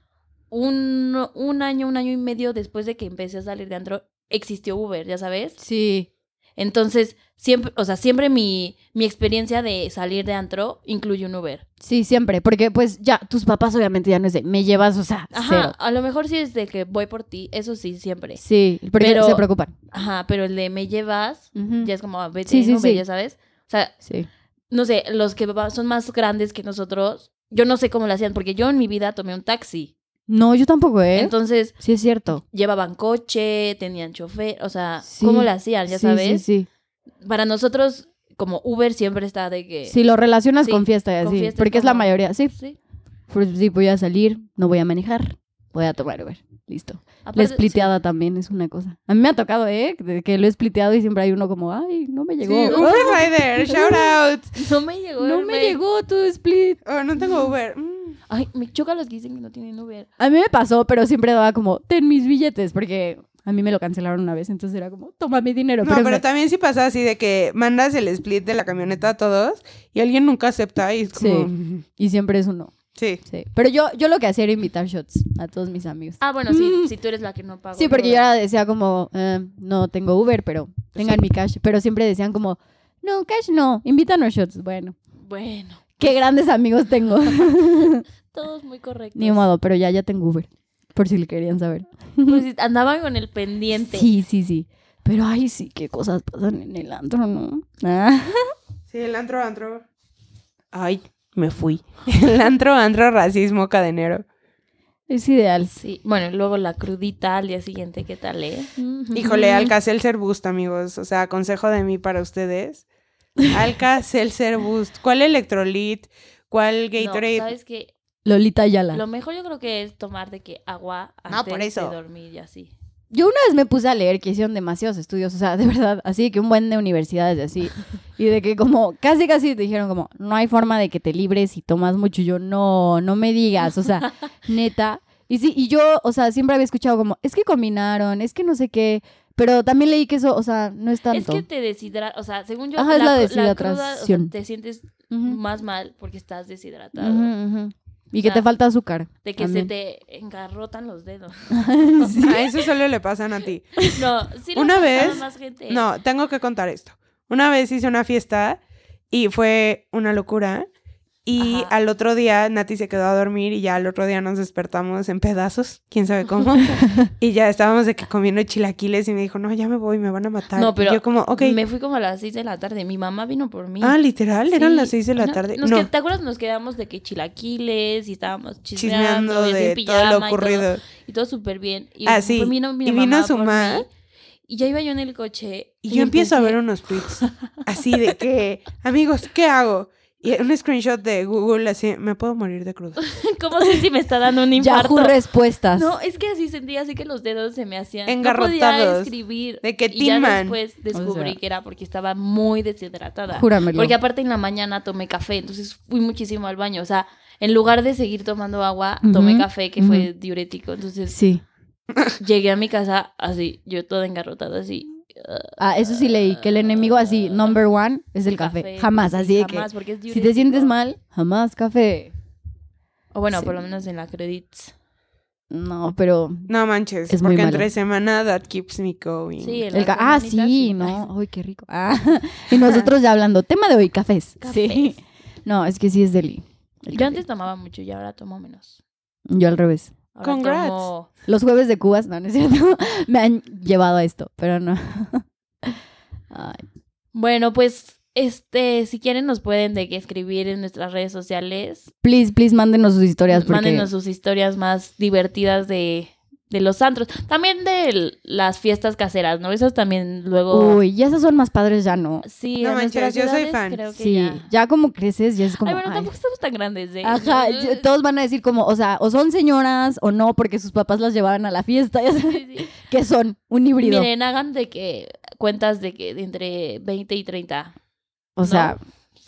S4: un, un año, un año y medio después de que empecé a salir de antro, existió Uber, ya sabes.
S2: sí.
S4: Entonces, siempre, o sea, siempre mi, mi experiencia de salir de antro incluye un Uber.
S2: Sí, siempre. Porque pues ya, tus papás obviamente ya no es de, me llevas, o sea,
S4: Ajá,
S2: cero.
S4: a lo mejor sí es de que voy por ti, eso sí, siempre.
S2: Sí, porque
S4: Pero-
S2: se preocupan.
S4: Ajá, pero el de me llevas,
S2: Ujú.
S4: ya es como ah, vete
S2: Sí,
S4: en
S2: sí,
S4: Uber,
S2: sí.
S4: ya sabes. O sea,
S2: Sí.
S4: no sé, los que va- son más grandes que nosotros, yo no sé cómo lo hacían, porque yo en mi vida tomé un taxi.
S2: No, yo tampoco, ¿eh?
S4: Entonces,
S2: sí es cierto.
S4: llevaban coche, tenían chofer, o sea,
S2: Sí.
S4: ¿cómo lo hacían? Ya
S2: sí,
S4: sabes.
S2: Sí,
S4: Para nosotros, como Uber siempre está de que.
S2: sí. Si lo relacionas
S4: Sí,
S2: con fiesta y
S4: con
S2: así.
S4: fiesta y
S2: porque es la
S4: como-
S2: mayoría. Sí,
S4: Sí.
S2: pues, sí, voy a salir, no voy a manejar, voy a tomar Uber. Listo. La
S4: Aparte-
S2: spliteada también es una cosa. A mí me ha tocado, ¿eh? De que lo he spliteado y siempre hay uno como, ay, no me
S3: Sí,
S2: llegó.
S3: Uber Rider, shout out.
S4: sí, No me llegó.
S2: no
S4: el
S2: me
S4: mail.
S2: llegó tu split.
S3: Oh, no tengo Uber. Mm.
S4: Ay, me choca los que dicen que no tienen Uber.
S2: A mí me pasó, pero siempre daba como, ten mis billetes, porque a mí me lo cancelaron una vez, entonces era como, toma mi dinero.
S3: No, pero
S2: me-
S3: también sí pasa así de que mandas el split de la camioneta a todos y alguien nunca acepta y es como...
S2: Sí. Y siempre es uno.
S3: Sí.
S2: Sí. Pero yo, yo lo que hacía era invitar shots a todos mis amigos.
S4: Ah, bueno, sí,
S2: Mm.
S4: si tú eres la que no paga.
S2: Sí, porque yo era- decía como, eh, no tengo Uber, pero tengan
S3: Sí.
S2: mi cash. Pero siempre decían como, no, cash no, invítanos shots. Bueno,
S4: Bueno,
S2: qué grandes amigos tengo.
S4: todos muy correctos.
S2: Ni modo, pero ya, ya tengo Uber. Por si le querían saber.
S4: Pues andaban con el pendiente.
S2: Sí, sí, sí. Pero ay, sí, qué cosas pasan en el antro, ¿no? Ah.
S3: Sí, el antro, antro. Ay, me fui. El antro, antro, racismo, cadenero.
S2: Es ideal.
S4: Sí. Bueno, y luego la crudita al día siguiente, ¿qué tal, eh?
S3: Híjole, Alka-Seltzer Boost, amigos. O sea, consejo de mí para ustedes. Alka-Seltzer Boost. ¿Cuál electrolit? ¿Cuál
S4: No,
S3: Gatorade?
S4: ¿Sabes qué?
S2: Lolita Ayala.
S4: Lo mejor yo creo que es tomar de que agua
S3: No,
S4: antes
S3: por eso.
S4: de dormir y así.
S2: Yo una vez me puse a leer que hicieron demasiados estudios, o sea, de verdad, así que un buen de universidades y así. Y de que como casi casi te dijeron como, no hay forma de que te libres si tomas mucho. Y yo, no, no me digas, o sea, neta. Y sí, y yo, o sea, siempre había escuchado como, es que combinaron, es que no sé qué. Pero también leí que eso, o sea, no es tanto.
S4: Es que te deshidrata, o sea, según yo,
S2: Ajá, es la
S4: cru-
S2: deshidratación.
S4: cruda, o sea, te sientes
S2: Ujú,
S4: más mal porque estás deshidratado.
S2: ujú, ujú. Y que
S4: sea,
S2: te falta azúcar.
S4: De que
S2: también.
S4: se te engarrotan los dedos.
S3: A eso solo le pasan a ti.
S4: No, sí le
S3: Una
S4: ha pasado a
S3: vez-
S4: Más gente.
S3: No, tengo que contar esto. Una vez hice una fiesta y fue una locura. Y
S4: Ajá.
S3: al otro día Nati se quedó a dormir y ya al otro día nos despertamos en pedazos, quién sabe cómo. y ya estábamos de que comiendo chilaquiles y me dijo, no, ya me voy, me van a matar.
S4: No, pero
S3: Y yo como, ok.
S4: Me fui como a las 6 de la tarde. Mi mamá vino por mí.
S3: Ah, literal, eran
S4: Sí.
S3: las seis de la
S4: No,
S3: tarde.
S4: nos
S3: no,
S4: que- ¿Te acuerdas? Nos quedamos de que chilaquiles y estábamos
S3: chismeando
S4: chismeando, y así en
S3: de
S4: pijama
S3: todo lo
S4: y todo.
S3: ocurrido.
S4: y todo súper bien. Y
S3: Ah, sí.
S4: fue- vino mi
S3: Y vino
S4: mamá
S3: su
S4: por
S3: mamá.
S4: mí, Y ya iba yo en el coche.
S3: Y yo empiezo a
S4: empecé-
S3: ver unos tweets así de que, amigos, ¿qué hago? Y un screenshot de Google así, me puedo morir de crudo.
S4: ¿Cómo sé si me está dando un infarto?
S2: Yahoo respuestas.
S4: No, es que así sentía, así que los dedos se me hacían. No
S3: Engarrotados.
S4: podía escribir.
S3: De que
S4: y ya
S3: Tin Man.
S4: después descubrí
S2: O sea.
S4: que era porque estaba muy deshidratada.
S2: Júramelo.
S4: Porque aparte en la mañana tomé café, entonces fui muchísimo al baño. O sea, en lugar de seguir tomando agua, tomé
S2: Ujú,
S4: café que
S2: ujú.
S4: fue diurético. Entonces
S2: Sí.
S4: llegué a mi casa así, yo toda engarrotada así.
S2: Ah, eso sí leí, que el enemigo así, number one, es el café. Jamás,
S4: sí,
S2: así de
S4: jamás,
S2: que
S4: porque es
S2: si te sientes
S4: diurético.
S2: mal, jamás café.
S4: O bueno,
S2: Sí.
S4: por lo menos en la credits.
S2: No, pero
S3: No manches,
S2: Es muy
S3: porque en
S2: malo.
S3: tres semanas that keeps me going.
S4: Sí, en
S2: el
S4: las
S2: ca- ah,
S4: mañanitas
S2: sí,
S4: y-
S2: no, ay, qué rico. Ah, y nosotros ya hablando, tema de hoy, cafés. Sí.
S4: Sí.
S2: No, es que sí es deli. el
S4: Yo
S2: café.
S4: antes tomaba mucho y ahora tomo menos.
S2: yo al revés.
S4: Ahora
S3: Congrats.
S4: tomo-
S2: Los jueves de cubas, no, no es cierto. Me han llevado a esto, pero no. Ay,
S4: Bueno, pues este, si quieren nos pueden de que escribir en nuestras redes sociales.
S2: please, please, mándenos sus historias porque
S4: Mándenos sus historias más divertidas de, de los antros. También de l- las fiestas caseras, ¿no? Esas también luego.
S2: Uy, ya esas son más padres ya no.
S4: Sí,
S3: No
S4: en
S3: manches,
S4: nuestras
S3: yo soy
S4: edades
S3: fan.
S4: creo que
S2: Sí,
S4: ya.
S2: ya. como creces, ya es como
S4: Ay, bueno,
S2: ay.
S4: tampoco estamos tan grandes, ¿eh?
S2: Ajá, yo- todos van a decir como, o sea, o son señoras o no, porque sus papás las llevaban a la fiesta, ya sabes,
S4: Sí, sí.
S2: que son un híbrido.
S4: Miren, hagan de que cuentas de que de entre 20 y 30.
S2: o sea,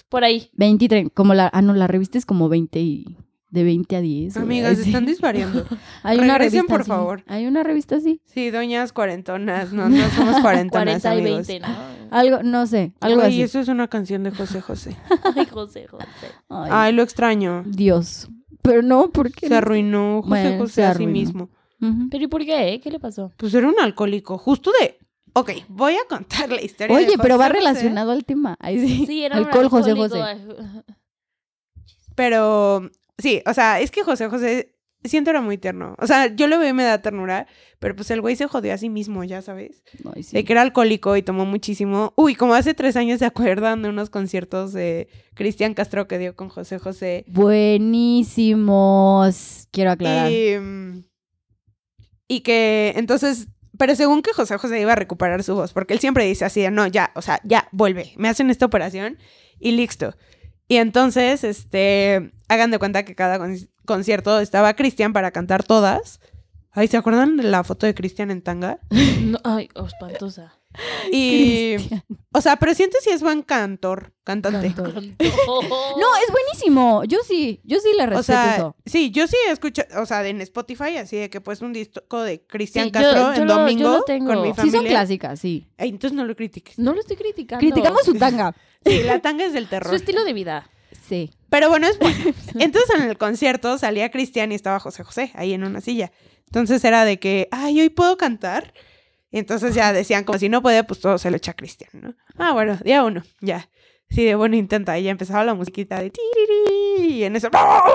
S4: Por ahí.
S2: 20 y 30, como la, ah, no, la revista es como 20 y, de 20 a 10. o-
S3: Amigas,
S2: sí.
S3: están disvariando.
S2: Hay
S3: Regresen, por
S2: así,
S3: favor.
S2: Hay una revista así.
S3: Sí, doñas cuarentonas, no, no somos cuarentonas,
S4: 40 y
S3: amigos.
S4: 20, ¿no?
S2: Algo, no sé, algo
S3: Ay,
S2: así.
S3: eso es una canción de José José.
S4: Ay, José, José.
S2: Ay,
S3: Ay, lo extraño.
S2: Dios. Pero no, porque...
S3: Se arruinó José
S2: Bueno, se
S3: José a sí
S2: arruinó.
S3: mismo.
S4: Pero ¿y por qué? eh? ¿Qué le pasó?
S3: Pues era un alcohólico, justo de... Ok, voy a contar la historia de
S2: Oye, pero
S3: José
S2: va
S3: José,
S2: relacionado al tema. Ay, sí.
S4: Sí, era
S2: Alcohol,
S4: un
S2: José
S4: alcohólico.
S2: José.
S3: Pero sí, o sea, es que José José siento era muy tierno. O sea, yo lo veo y me da ternura, pero pues el güey se jodió a sí mismo, ya sabes.
S2: Ay, sí.
S3: De que era alcohólico y tomó muchísimo. Uy, como hace tres años se acuerdan de unos conciertos de Cristian Castro que dio con José José.
S2: Buenísimos, quiero aclarar.
S3: Y, mm, y que entonces, pero según que José José iba a recuperar su voz, porque él siempre dice así, de, no, ya, o sea, ya, vuelve, me hacen esta operación y listo. Y entonces, este, hagan de cuenta que cada con- concierto estaba Cristian para cantar todas. Ay, ¿se acuerdan de la foto de Cristian en tanga?
S4: No, ay, oh, espantosa.
S3: Y, o sea, pero siento si es buen cantor, cantante.
S2: Cantor.
S4: No,
S2: No, es buenísimo. Yo sí, yo sí le respeto
S3: O sea,
S2: eso.
S3: sí, yo sí escucho, o sea, en Spotify, así de que pues un disco de Cristian
S4: Sí, yo-
S3: Castro
S4: yo
S3: en
S4: lo- yo
S3: domingo
S4: lo tengo.
S3: con mi
S4: Sí
S3: familia.
S2: Sí son clásicas, sí.
S3: Ay, entonces no lo critiques.
S4: no lo estoy criticando.
S2: Criticamos su tanga.
S3: Sí, la tanga es del
S4: su
S3: terror.
S4: estilo de vida.
S2: Sí.
S3: Pero bueno, es bueno. Entonces en el concierto salía Cristian y estaba José José ahí en una silla. Entonces era de que, ay, hoy puedo cantar. Y entonces ya decían, como si no puede, pues todo se lo echa a Cristian, ¿no? Ah, bueno, día uno, ya. Sí, de bueno, intenta. Y ya empezaba la musiquita de tiriri. Y en eso.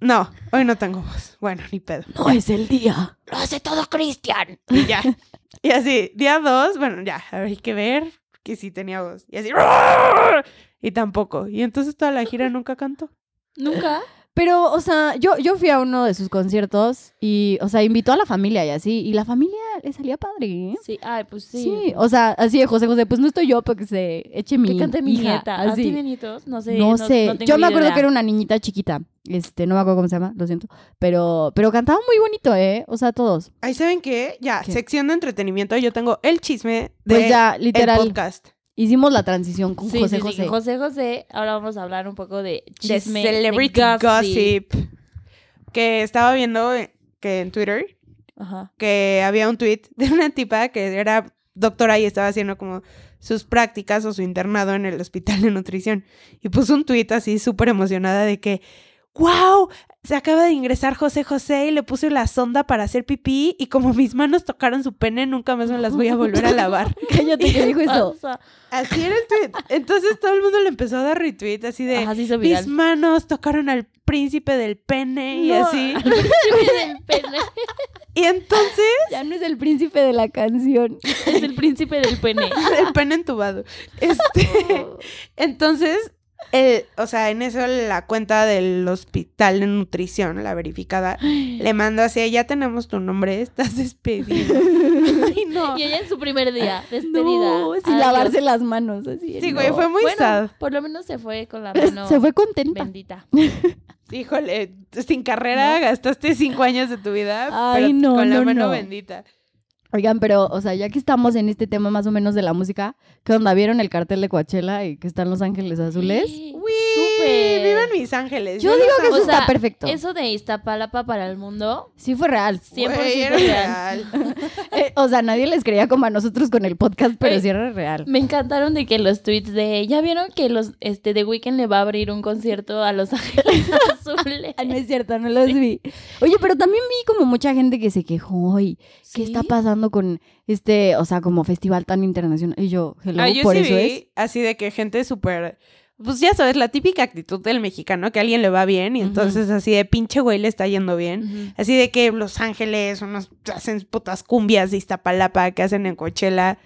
S3: No, hoy no tengo voz. Bueno, ni pedo.
S2: No es el día.
S4: Lo hace todo Cristian.
S3: Y ya. Y así, día dos, bueno, ya, hay que ver que sí tenía voz. Y así, y tampoco. Y entonces toda la gira nunca cantó.
S4: Nunca.
S2: Pero, o sea, yo, yo fui a uno de sus conciertos y, o sea, invitó a la familia y así, y la familia le salía padre. ¿eh?
S4: Sí, ay, pues
S2: Sí.
S4: sí.
S2: o sea, así de José José, pues no estoy yo para que se eche mi
S4: que cante mi
S2: hija,
S4: nieta. ¿Ah,
S2: así.
S4: ¿Tienen nietos? No sé.
S2: no sé,
S4: no tengo
S2: yo me
S4: ni
S2: acuerdo
S4: idea.
S2: que era una niñita chiquita, este, no me acuerdo cómo se llama, lo siento, pero, pero cantaba muy bonito, ¿eh? O sea, todos.
S3: Ahí saben qué, ya,
S2: ¿Qué?
S3: sección de entretenimiento, yo tengo el chisme de
S2: Pues ya,
S3: el
S2: literal,
S3: podcast.
S2: hicimos la transición con
S4: Sí,
S2: José
S4: sí, sí,
S2: José.
S4: José José. Ahora vamos a hablar un poco
S3: de
S4: de chisme,
S3: celebrity
S4: de
S3: gossip. Que estaba viendo eh, que en Twitter
S4: Ajá.
S3: que había un tweet de una tipa que era doctora y estaba haciendo como sus prácticas o su internado en el hospital de nutrición. Y puso un tweet así súper emocionada de que, wow, se acaba de ingresar José José y le puse la sonda para hacer pipí y como mis manos tocaron su pene, nunca más me las voy a volver a lavar.
S2: Cállate, que dijo eso?
S4: Pasa.
S3: Así era el tweet. Entonces todo el mundo le empezó a dar retweet así de...
S4: Ajá, se hizo
S3: Mis
S4: viral.
S3: manos tocaron al príncipe del pene y
S4: No,
S3: así.
S4: al príncipe del pene.
S3: Y entonces,
S2: Ya no es el príncipe de la canción.
S4: Es el príncipe del pene.
S3: el pene entubado. Este,
S2: Oh.
S3: entonces, eh, o sea, en eso la cuenta del hospital de nutrición, la verificada, le mando así, ya tenemos tu nombre, estás despedida. Ay, no.
S4: Y ella en su primer día, despedida.
S2: No, sin
S4: Adiós.
S2: lavarse las manos, así.
S3: Sí,
S2: no.
S3: güey, fue muy
S4: Bueno,
S3: sad.
S4: por lo menos se fue con la mano
S2: Se fue contenta.
S4: bendita.
S3: Híjole, sin carrera gastaste cinco años de tu vida,
S2: Ay,
S3: pero
S2: no,
S3: con la
S2: no,
S3: mano
S2: no.
S3: bendita.
S2: Oigan, pero, o sea, ya que estamos en este tema más o menos de la música, ¿qué onda? ¿Vieron el cartel de Coachella y que están Los Ángeles Azules?
S4: Sí,
S3: Uy,
S4: súper.
S3: vivan mis ángeles.
S2: Yo
S3: no
S2: digo
S3: los
S2: que
S3: amo.
S2: eso
S4: O sea,
S2: está perfecto.
S4: Eso de Iztapalapa para el mundo,
S2: Sí fue real.
S4: 100%
S3: Güey, era
S4: real.
S3: real.
S2: Eh, o sea, nadie les creía como a nosotros con el podcast, pero
S4: Ey.
S2: sí era real.
S4: Me encantaron de que los tweets de ya vieron que los este The Weeknd le va a abrir un concierto a Los Ángeles Azules.
S2: Ah, no es cierto, no los vi. Oye, pero también vi como mucha gente que se quejó y qué
S4: Sí.
S2: está pasando con este, o sea, como festival tan internacional. Y yo, hello,
S3: Ah, yo
S2: por
S3: sí
S2: eso
S3: vi
S2: es.
S3: así de que gente súper... Pues ya sabes, la típica actitud del mexicano, que a alguien le va bien y
S4: Ujú.
S3: entonces así de pinche güey le está yendo bien.
S4: Ujú.
S3: Así de que Los Ángeles, unos hacen putas cumbias de Iztapalapa que hacen en Coachella.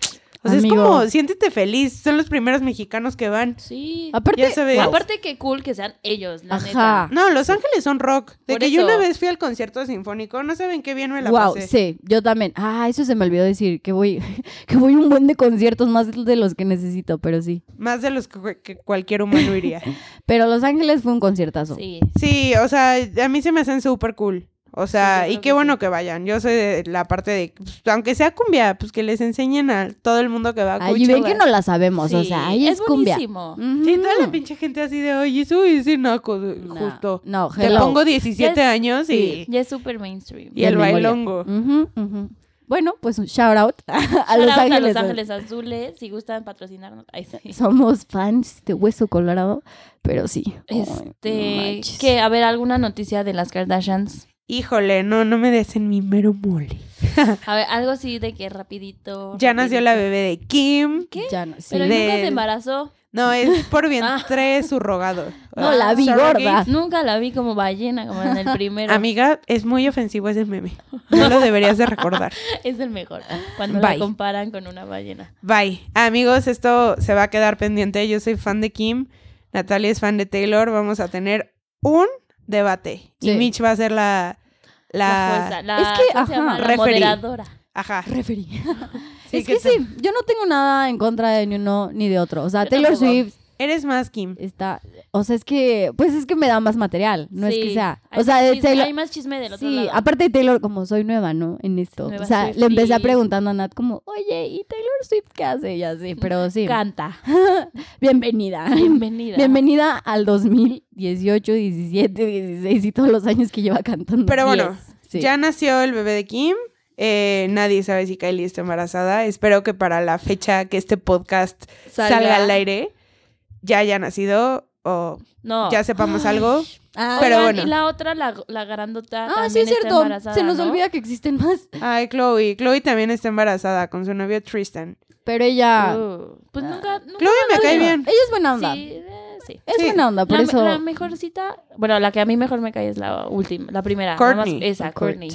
S3: O sea,
S2: Amigo.
S3: es como, siéntete feliz, son los primeros mexicanos que van.
S4: Sí.
S2: Aparte,
S3: Ya sabes.
S2: wow.
S4: Aparte que cool que sean ellos, la
S2: Ajá.
S4: neta.
S3: No, Los Ángeles son rock. De
S4: Por
S3: que yo
S4: eso.
S3: una vez fui al concierto sinfónico, no saben qué bien me la
S2: Wow,
S3: pasé.
S2: sí, yo también. Ah, eso se me olvidó decir, que voy, que voy a un buen de conciertos más de los que necesito, pero sí.
S3: Más de los que, que cualquier humano iría.
S2: Pero Los Ángeles fue un conciertazo.
S4: Sí.
S3: Sí, o sea, a mí se me hacen súper cool. O sea, y
S4: Sí, yo creo
S3: qué
S4: que
S3: bueno
S4: sí.
S3: que vayan. Yo soy de la parte de, pues, aunque sea cumbia, pues que les enseñen a todo el mundo que va a
S2: Allí
S3: Coachella.
S2: ven que no la sabemos, o
S4: Sí,
S2: sea, ahí es, cumbia.
S4: buenísimo.
S2: Ujú.
S3: Sí, toda la pinche gente así de, oye, eso es naco,
S4: No.
S3: justo.
S2: No,
S3: Te
S2: hello.
S3: pongo 17
S4: Ya es-
S3: años y,
S4: Ya es súper mainstream.
S3: y
S2: De
S3: el
S2: memoria.
S3: bailongo.
S2: Ujú, ujú. Bueno, pues un shout out a Los
S4: Shout out
S2: Ángeles.
S4: Los Ángeles Azules, si gustan patrocinarnos. Ay, sí.
S2: Somos fans de Hueso Colorado, pero sí. Ay, no
S4: Este,
S2: manches.
S4: que a ver alguna noticia de las Kardashians.
S3: Híjole, no, no me des en mi mero mole.
S4: A ver, algo así de que rapidito.
S3: Ya nació la
S4: rapidito.
S3: bebé de Kim.
S4: ¿Qué?
S2: Ya no, sí.
S4: Pero
S3: De-
S4: nunca se embarazó.
S3: No, es por vientre surrogado.
S2: Ah.
S3: Ah,
S2: No, la vi
S3: Surrogate.
S2: gorda.
S4: Nunca la vi como ballena, como en el primero.
S3: Amiga, es muy ofensivo ese meme. No lo deberías de recordar.
S4: Es el mejor. Cuando
S3: Bye.
S4: la comparan con una ballena.
S3: Bye. Amigos, esto se va a quedar pendiente. Yo soy fan de Kim, Natalia es fan de Taylor. Vamos a tener un debate. Y
S2: Sí.
S3: Mitch va a ser la...
S4: La,
S3: La...
S4: jueza, la-
S2: Es que,
S4: ¿cómo se llama?
S2: ajá,
S4: La
S3: referee.
S4: moderadora.
S3: Ajá.
S2: Referí.
S3: Sí,
S2: es
S3: ¿qué
S2: que
S3: tal?
S2: sí, yo no tengo nada en contra de ni uno ni de otro. O sea,
S4: Yo
S2: Taylor
S4: tampoco.
S2: Swift
S3: Eres más Kim.
S2: está. O sea, es que. Pues es que me da más material. No es que
S4: Sí,
S2: sea.
S4: hay
S2: O sea,
S4: más
S2: de
S4: chisme-
S2: Taylor.
S4: hay más chisme del otro
S2: sí,
S4: lado.
S2: aparte de Taylor, como soy nueva, ¿no? En esto.
S4: Nueva
S2: o sea,
S4: Swiftie.
S2: le empecé a preguntando a Nat, como, oye, ¿y Taylor Swift qué hace? Y así, pero sí.
S4: Canta.
S2: Bienvenida.
S4: Bienvenida.
S2: Bienvenida al 2018, 17, 16 y todos los años que lleva cantando.
S3: Pero bueno,
S4: Yes,
S2: sí.
S3: ya nació el bebé de Kim. Eh, nadie sabe si Kylie está embarazada. Espero que para la fecha que este podcast salga, al aire, ya haya nacido o
S4: No.
S3: ya sepamos algo.
S2: Ah,
S3: pero
S4: Oigan,
S3: bueno.
S4: Y la otra, la, la garandota.
S2: ah,
S4: también
S2: sí, es
S4: está
S2: cierto.
S4: embarazada,
S2: Se nos
S4: ¿no?
S2: olvida que existen más.
S3: Ay, Chloe. Chloe también está embarazada con su novio Tristan.
S2: Pero ella.
S4: Uh, pues
S2: Ah.
S4: nunca. nunca
S3: Chloe me
S4: la-
S3: cae
S2: Bueno,
S3: bien. Ah,
S2: Ella es buena onda.
S4: Sí, eh, sí.
S2: Es
S3: Sí.
S2: buena onda, por
S4: La, me-
S2: eso.
S4: la mejorcita, bueno, la que a mí mejor me cae es la última, la primera. nada más
S3: Courtney.
S4: esa, Courtney.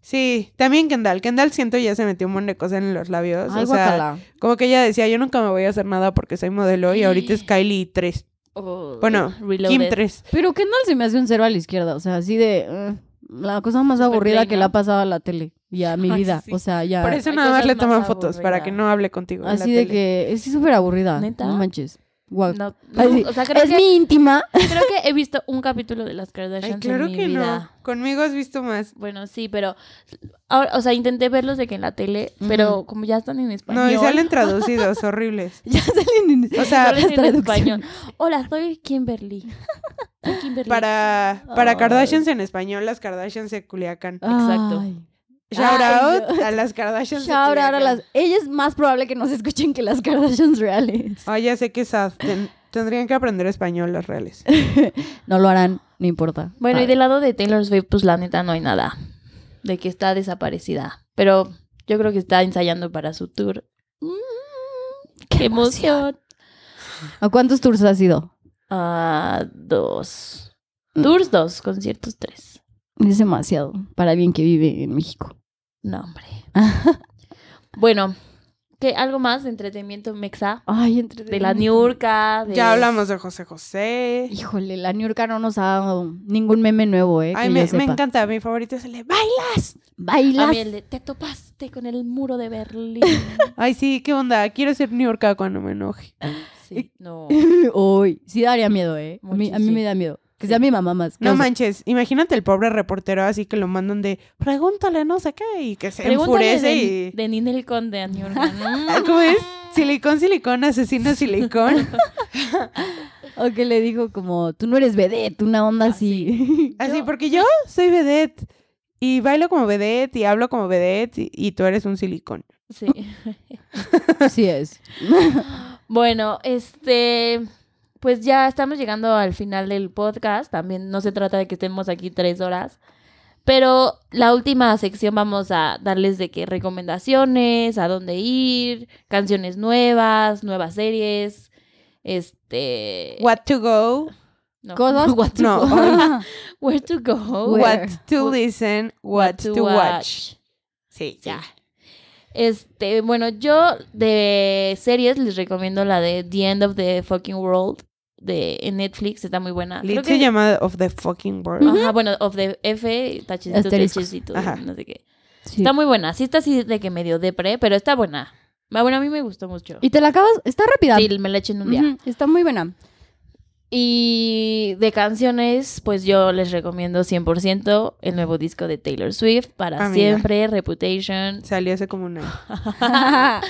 S3: Sí, también Kendall. Kendall siento ya se metió un montón de cosas en los labios.
S2: Ay,
S3: o sea,
S2: guacala.
S3: como que ella decía, yo nunca me voy a hacer nada porque soy modelo y ahorita es Kylie 3.
S4: Oh,
S3: Bueno, Kim
S4: Reloaded.
S3: 3.
S2: Pero qué tal se me hace un cero a la izquierda, o sea, así de eh, la cosa más
S4: Súper
S2: aburrida
S4: plain,
S2: que
S4: ¿no?
S2: la ha pasado a la tele y a mi
S3: Ay,
S2: vida,
S3: sí.
S2: o sea, ya
S3: Por eso
S4: hay
S3: nada más
S4: cosas
S3: le
S4: más
S3: toman fotos para
S4: aburridas.
S3: que no hable contigo. en la
S2: así de
S3: tele.
S2: que es súper aburrida,
S4: ¿Neta?
S2: no manches. Guau.
S4: No,
S2: Ay, sí.
S4: no, o sea, creo
S2: es
S4: que,
S2: mi íntima.
S4: creo que he visto un capítulo de las
S3: Ay,
S4: Kardashians
S3: claro
S4: en mi
S3: que
S4: vida.
S3: no. Conmigo has visto más.
S4: Bueno, sí, pero ahora, o sea, intenté verlos de que en la tele, pero como ya están en español.
S3: No, y salen traducidos, horribles.
S2: Ya salen en-
S3: O sea,
S4: salen en
S2: traducciones.
S4: español. Hola, soy Kimberly. Soy Kimberly.
S3: Para, para
S4: Ay.
S3: Kardashians en español, las Kardashians de Culiacán.
S4: Exacto.
S2: Ay.
S3: Shout
S2: Ay,
S3: out a las Kardashians de
S2: Shout out a
S3: Culiacán.
S2: las. Ella es más probable que nos escuchen que las Kardashians reales.
S3: Ay, ya sé que sad. Ten- tendrían que aprender español las reales.
S2: No lo harán, no importa.
S4: Bueno,
S2: Ah,
S4: y del lado de Taylor Swift, pues la neta no hay nada. De que está desaparecida. Pero yo creo que está ensayando para su tour. Mm, ¡Qué, emoción!
S2: ¿A cuántos tours has ido?
S4: Ah, dos. Tours dos, conciertos tres.
S2: Es demasiado para alguien que vive en México.
S4: No, hombre. bueno, ¿qué, ¿algo más de entretenimiento mexa?
S2: Ay, entre
S4: De la Niurka. de-
S3: Ya hablamos de José José.
S2: Híjole, la Niurka no nos ha dado ningún meme nuevo, ¿eh?
S3: Ay,
S2: que
S3: me,
S2: yo
S3: me
S2: sepa.
S3: encanta. Mi favorito es el de bailas.
S4: A
S2: Bailas.
S4: mí el de, te topaste con el muro de Berlín.
S3: Ay, sí, ¿qué onda? Quiero ser New York cuando me enoje.
S4: Sí, no.
S2: Uy, sí daría miedo, ¿eh? A mí, a mí
S4: Muchísimo.
S2: me da miedo. Que sea mi mamá más.
S3: No
S2: O sea,
S3: manches, imagínate el pobre reportero así que lo mandan de pregúntale no sé qué y que se
S4: Pregúntale
S3: enfurece
S4: de,
S3: y...
S4: de Ninel Conde a Niurka. Mm.
S3: Ay, ¿Cómo es? Silicón, silicón, asesino, silicón.
S2: O que le dijo como, tú no eres vedette, una
S4: Ah,
S2: onda así.
S3: Así,
S4: Yo-
S3: porque yo soy vedette y bailo como vedette y hablo como vedette y, y tú eres un silicón.
S4: Sí.
S2: Así es.
S4: Bueno, este, pues ya estamos llegando al final del podcast. También no se trata de que estemos aquí tres horas. Pero la última sección vamos a darles de qué recomendaciones, a dónde ir, canciones nuevas, nuevas series, este...
S3: What to go,
S4: no,
S2: Cosas.
S4: What to
S3: No.
S4: go. Where to go.
S2: Where-
S3: what to listen, what, to, watch. Sí,
S4: Ya. Este, bueno, yo de series les recomiendo la de The End of the Fucking World de en Netflix, está muy buena. Creo
S3: Literal
S4: que-
S3: llamada of the fucking world.
S4: Ajá, bueno, of the F, tachecito,
S2: Asteriscos.
S4: tachecito,
S3: Ajá.
S4: no sé qué.
S2: Sí.
S4: Está muy buena. Sí está así de que medio depre, pero está buena. Ah, Bueno, a mí me gustó mucho.
S2: Y te la acabas, está rápida.
S4: Sí, me la eché en un día.
S2: Ujú, Está muy buena.
S4: Y de canciones, pues yo les recomiendo 100% el nuevo disco de Taylor Swift, Para
S3: Amiga.
S4: Siempre, Reputation.
S3: Salió hace como un año.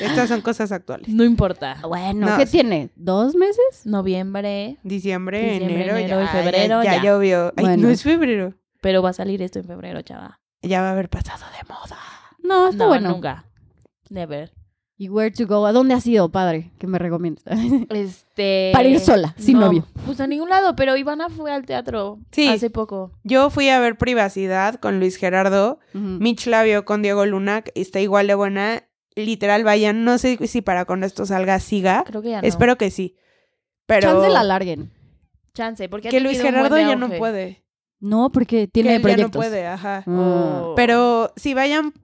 S3: Estas son cosas actuales.
S4: No importa.
S2: Bueno,
S3: No,
S2: ¿qué
S3: sí.
S2: tiene? ¿Dos meses?
S4: Noviembre,
S3: Diciembre,
S4: Diciembre,
S3: enero,
S4: enero y
S3: ya,
S4: febrero,
S3: Ya,
S4: ya.
S3: llovió. Ay,
S2: Bueno.
S3: no es febrero.
S4: pero va a salir esto en febrero, chava.
S3: Ya va a haber pasado de moda.
S2: No, está
S4: no,
S2: bueno.
S4: nunca. Never.
S2: ¿Y where to go? ¿A dónde has ido, padre? Que me recomiendas.
S4: Este.
S2: Para ir sola, sin
S4: no,
S2: novio.
S4: Pues a ningún lado, pero Ivana fue al teatro
S3: Sí.
S4: hace poco.
S3: Yo fui a ver Privacidad con Luis Gerardo.
S4: Mm.
S2: Ujú.
S3: Mitch la vio con Diego Lunac. Está igual de buena. Literal, vayan. No sé si para cuando esto salga siga.
S4: Creo que ya no.
S3: Espero que sí. Pero
S2: Chance la larguen.
S4: Chance, porque ha
S3: que Luis
S4: tenido un buen
S3: Gerardo
S4: de
S3: ya no
S4: auge.
S3: puede.
S2: No, porque
S3: Que
S2: tiene
S3: él ya no
S2: proyectos.
S3: puede, ajá.
S2: Ah.
S4: Oh.
S3: Pero si vayan,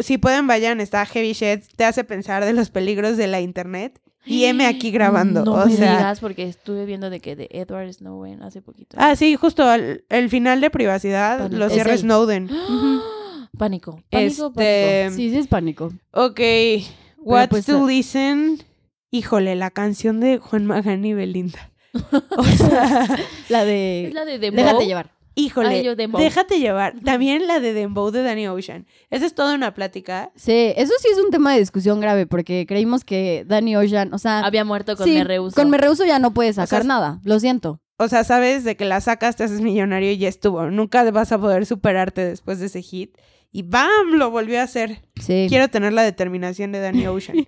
S3: si pueden, vayan. Está Heavy Shit. Te hace pensar de los peligros de la internet. Y M aquí grabando.
S4: No
S3: o
S4: me
S3: sea.
S4: digas, porque estuve viendo de que de Edward Snowden hace poquito.
S3: Ah, sí, justo al, el final de privacidad
S4: Pánico.
S3: lo
S2: Es
S3: cierra
S2: él.
S3: Snowden.
S4: ¡Ah! Pánico. Pánico,
S3: Este,
S2: Sí, sí es pánico.
S3: ok, What
S2: pues,
S3: to
S2: ah-
S3: Listen. Híjole, la canción de Juan Magán y Belinda. O sea,
S2: La
S4: pánico. Es
S2: de...
S4: la de Dembow.
S2: Déjate llevar.
S3: híjole,
S4: Ay, yo Dembow.
S3: déjate llevar. También la de Dembow de Danny Ocean. Esa es toda una plática.
S2: Sí, eso sí es un tema de discusión grave porque creímos que Danny Ocean, o sea,
S4: Había muerto Ah, con
S2: sí,
S4: Me Rehuso.
S2: con Me Rehuso ya no puede
S3: sea,
S2: sacar
S3: es-
S2: nada, lo siento.
S3: O sea, sabes de que la sacas, te haces millonario y ya estuvo. Nunca vas a poder superarte después de ese hit. Y ¡bam! Lo volvió a hacer.
S2: Sí.
S3: Quiero tener la determinación de Danny Ocean.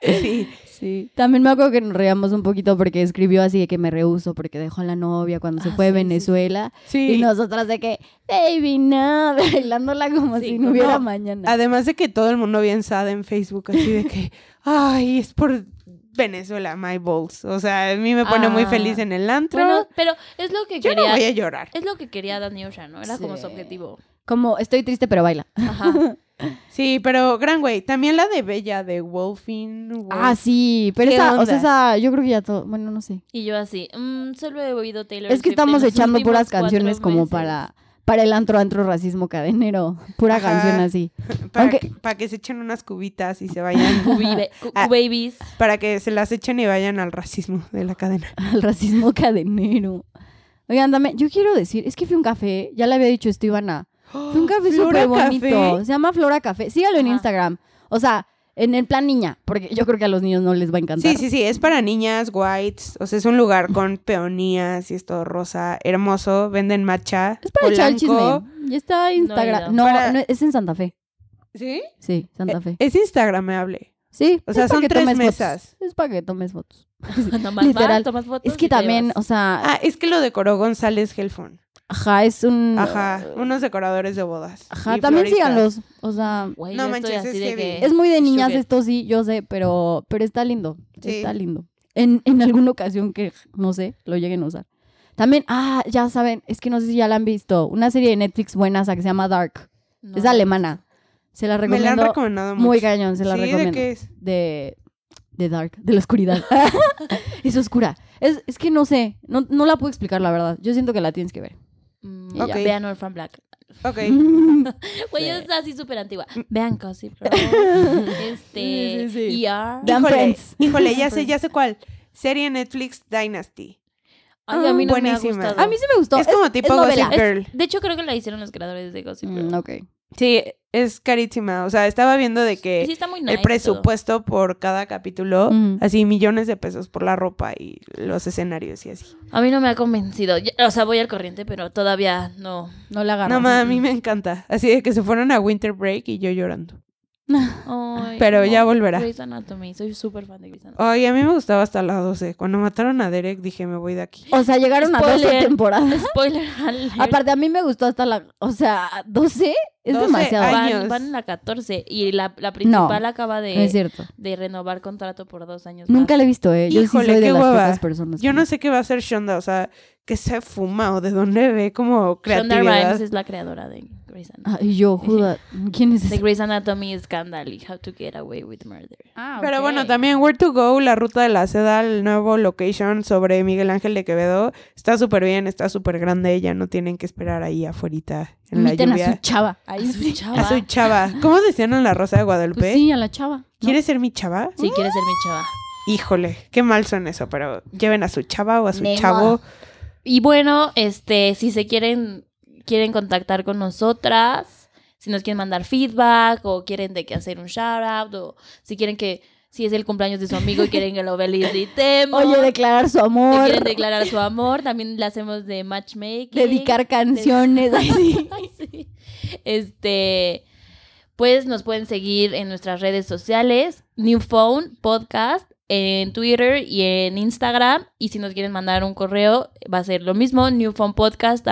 S3: Sí.
S2: Sí. También me acuerdo que nos reíamos un poquito porque escribió así de que me rehuso porque dejó a la novia cuando se
S4: Ah,
S2: fue a
S4: sí, sí, sí.
S2: Venezuela
S3: Sí.
S2: y nosotras de que baby no, bailándola como
S4: Sí,
S2: si no
S4: como-
S2: hubiera
S3: No.
S2: mañana.
S3: Además de que todo el mundo bien sad en Facebook, así de que, ay, es por Venezuela, my balls. O sea, a mí me pone muy
S4: Ah.
S3: feliz en el antro.
S4: Bueno, pero es lo que
S3: Yo no
S4: quería.
S2: Eh,
S3: voy a llorar.
S4: Es lo que quería Dani Ocean, ¿no? Era como su
S2: Sí.
S4: objetivo.
S2: Como estoy triste pero baila.
S4: Ajá.
S3: Sí, pero gran güey. También la de Bella, de Wolfin. Wolf.
S2: Ah, sí, pero
S4: ¿Qué
S2: esa, o sea,
S4: onda?
S2: esa, yo creo que ya todo, bueno, no sé.
S4: Y yo así, mm, solo he oído Taylor
S2: Es que
S4: Swift en
S2: estamos
S4: los
S2: echando
S4: últimos
S2: puras
S4: cuatro
S2: canciones como
S4: meses.
S2: para, para el antro, antro, racismo cadenero. Pura
S3: Ajá.
S2: canción así.
S3: para,
S2: aunque-
S3: que, para que se echen unas cubitas y se vayan.
S4: Cubibe- cu-
S3: Ah.
S4: Cubabies.
S3: para que se las echen y vayan al racismo de la cadena.
S2: Al racismo cadenero. Oigan, dame, yo quiero decir, es que fui a un café, ya le había dicho esto, Ivana. Fue un café
S3: Flora
S2: súper bonito.
S3: Café.
S2: Se llama Flora Café. Sígalo en
S4: Ajá.
S2: Instagram. O sea, en el plan niña, porque yo creo que a los niños no les va a encantar.
S3: Sí, sí, sí, es para niñas, whites, o sea, es un lugar con peonías y es todo rosa, hermoso, venden matcha.
S2: Es para echar el
S3: polanco.
S2: chisme. Ya está
S4: No he ido.
S2: Instagram. No,
S3: Para-
S2: no, es en Santa Fe.
S3: ¿Sí?
S2: Sí, Santa Fe.
S3: E Es instagramable.
S2: Sí,
S3: o sea,
S2: es para
S3: son
S2: que
S3: tres
S2: tomes fotos.
S3: mesas.
S2: Es para que tomes fotos.
S4: Nomás
S2: Literal.
S4: vas, tomas fotos
S2: Es que
S4: y te
S2: también,
S4: llevas.
S2: o sea,
S3: Ah, es que lo decoró González Gelfón.
S2: ajá, es un...
S3: Ajá, unos decoradores de bodas.
S2: Ajá,
S3: y
S2: también
S3: floristas.
S2: síganlos. O sea,
S4: Güey,
S3: No
S4: yo estoy
S3: manches,
S4: así
S3: es
S4: de
S3: heavy.
S4: que-
S2: es muy de niñas
S4: Sugar.
S2: esto, sí, yo sé, pero, pero está lindo.
S3: Sí.
S2: Está lindo. En, en alguna ocasión que, no sé, lo lleguen a usar. También, ah, ya saben, es que no sé si ya la han visto, una serie de Netflix buena esa que se llama Dark.
S4: No.
S2: Es alemana. Se la
S3: Me la han
S2: recomiendo.
S3: recomendado mucho.
S2: muy cañón, se la
S3: ¿Sí?
S2: recomiendo.
S3: ¿De qué es?
S2: de, de Dark, de la oscuridad. es oscura. Es, es que no sé, no, no la puedo explicar, la verdad. Yo siento que la tienes que ver.
S4: Mm,
S2: Y
S4: ya.
S3: ya.
S4: Vean Orphan Black.
S3: Ok.
S4: Güey,
S2: Sí. Mm.
S4: yo es así súper antigua. Vean Gossip Girl. este.
S2: Sí, sí, Ah, sí.
S4: ER.
S2: Dan
S3: híjole,
S2: Friends.
S3: híjole, ya sé, ya sé cuál. Serie Netflix Dynasty.
S4: Ay, a mí no
S3: Buenísima.
S4: me ha gustado.
S2: A mí sí me gustó.
S3: es como tipo
S2: novela.
S3: Gossip Girl.
S4: De hecho, creo que la hicieron los creadores de Gossip Girl.
S2: Mm, ok.
S3: Sí, es carísima. O sea, estaba viendo de que
S4: Y sí está muy nice
S3: el presupuesto por cada capítulo,
S2: Mm.
S3: así millones de pesos por la ropa y los escenarios y así.
S4: todo. A mí no me ha convencido. Yo- o sea, voy al corriente, pero todavía no.
S2: No la agarras.
S3: No, ma, a mí me encanta. Así de que se fueron a Winter Break y yo llorando.
S4: Ay,
S3: Pero
S4: no.
S3: ya volverá.
S4: Grey's Anatomy. Soy súper fan de Grey's Anatomy.
S3: Ay, a mí me gustaba hasta la 12. Cuando mataron a Derek dije, me voy de aquí.
S2: O sea, llegaron a 12
S4: Spoiler.
S2: temporadas.
S4: Spoiler alert.
S2: Aparte, a mí me gustó hasta la. O sea, 12 es
S3: 12
S2: demasiado.
S3: años.
S4: van, van en la 14 y la, la principal acaba
S2: No es
S4: de,
S2: cierto.
S4: de renovar contrato por dos años.
S2: Nunca
S4: más.
S2: la he visto, ¿eh? Yo
S3: Híjole,
S2: sí soy
S3: qué
S2: de las
S3: hueva.
S2: pocas personas.
S3: Yo
S2: que-
S3: no sé qué va a hacer Shonda, o sea, que se fuma o de dónde ve como
S4: Shonda Rhimes
S3: creatividad.
S4: es la creadora de Grey's Anatomy.
S2: Ah, y yo, Judas. ¿Quién es
S4: The
S2: ese?
S4: Grey's Anatomy Scandal y How to Get Away with Murder.
S2: "Ah,
S3: Pero bueno, también Where to Go, la ruta de la seda, el nuevo location sobre Miguel Ángel de Quevedo, está súper bien, está súper grande, ya no tienen que esperar ahí afuera en la
S2: Inviten a su
S3: lluvia.
S2: chava.
S4: Ahí su chava.
S3: A su chava. ¿Cómo decían en la Rosa de Guadalupe?
S2: Pues sí, a la chava. ¿no?
S3: ¿Quieres ser mi chava?
S4: Si quieres ser mi chava.
S3: Híjole, qué mal son eso, pero lleven a su chava o a su
S2: Ni
S3: chavo.
S2: modo.
S4: Y bueno, este, si se quieren, quieren contactar con nosotras, si nos quieren mandar feedback o quieren de que hacer un shout out o si quieren que, si es el cumpleaños de su amigo y quieren que lo felicitemos.
S2: Oye, declarar su
S4: si
S2: amor.
S4: quieren declarar su amor, también le hacemos de matchmaking.
S2: Dedicar canciones. ay, sí.
S4: Ay, sí. Este, pues nos pueden seguir en nuestras redes sociales, New Phone Podcast, en Twitter y en Instagram. Y si nos quieren mandar un correo, va a ser lo mismo,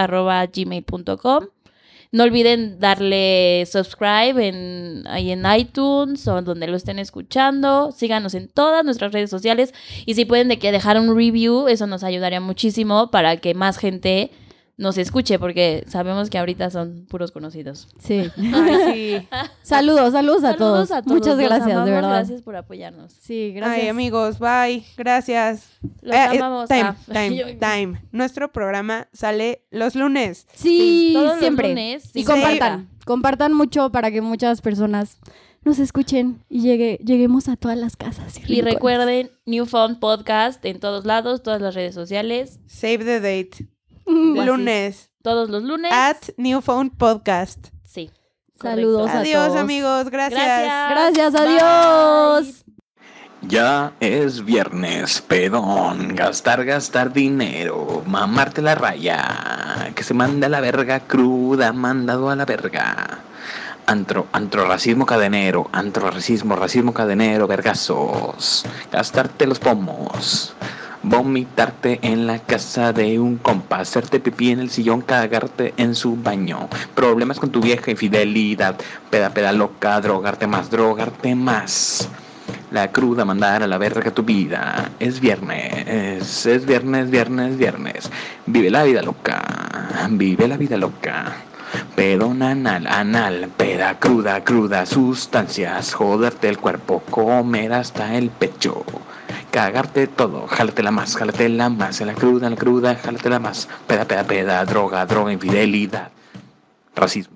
S4: newphonepodcast.gmail.com. No olviden darle subscribe en, ahí en iTunes o donde lo estén escuchando. Síganos en todas nuestras redes sociales. Y si pueden de que dejar un review, eso nos ayudaría muchísimo para que más gente nos escuche, porque sabemos que ahorita son puros conocidos.
S2: Sí.
S3: Ay, sí.
S2: Saludos, saludos a, todos. Muchas
S4: Los
S2: gracias,
S4: amamos,
S2: de verdad.
S4: Gracias por apoyarnos.
S2: Sí, gracias.
S3: Ay, amigos, bye. Gracias.
S4: Los
S3: Eh, eh,
S4: amamos.
S3: time,
S4: Ah, yo-
S3: time, time. Nuestro programa sale los lunes.
S2: Sí,
S4: todos los
S2: siempre.
S4: lunes,
S2: y
S4: sí.
S2: compartan, compartan mucho para que muchas personas nos escuchen y llegue, lleguemos a todas las casas. Y,
S4: Y
S2: rincones.
S4: recuerden, New Phone Podcast en todos lados, todas las redes sociales,
S3: Save the date.
S2: Mm.
S4: así.
S3: Lunes.
S4: todos los lunes.
S3: At New Phone Podcast.
S4: Sí.
S2: Ah. Saludos
S4: correcto.
S2: a
S3: Adiós,
S2: todos.
S3: amigos.
S4: Gracias.
S2: Gracias,
S4: Bye.
S2: adiós.
S5: Ya es viernes, pedón, gastar, gastar dinero, mamarte la raya, que se manda a la verga cruda, mandado a la verga. Antro, antro, racismo cadenero, antro, racismo, racismo cadenero, vergazos, gastarte los pomos, vomitarte en la casa de un compa, hacerte pipí en el sillón, cagarte en su baño, problemas con tu vieja, infidelidad, peda, peda loca, drogarte más, drogarte más. La cruda mandar a la verga tu vida. Es viernes, es viernes, viernes, viernes. Vive la vida loca, vive la vida loca. Pedón anal, anal, peda cruda, cruda, sustancias, joderte el cuerpo, comer hasta el pecho, cagarte todo, jálatela más, jálatela más, en la cruda, en la cruda, jálatela más, peda, peda, peda, droga, droga, infidelidad, racismo.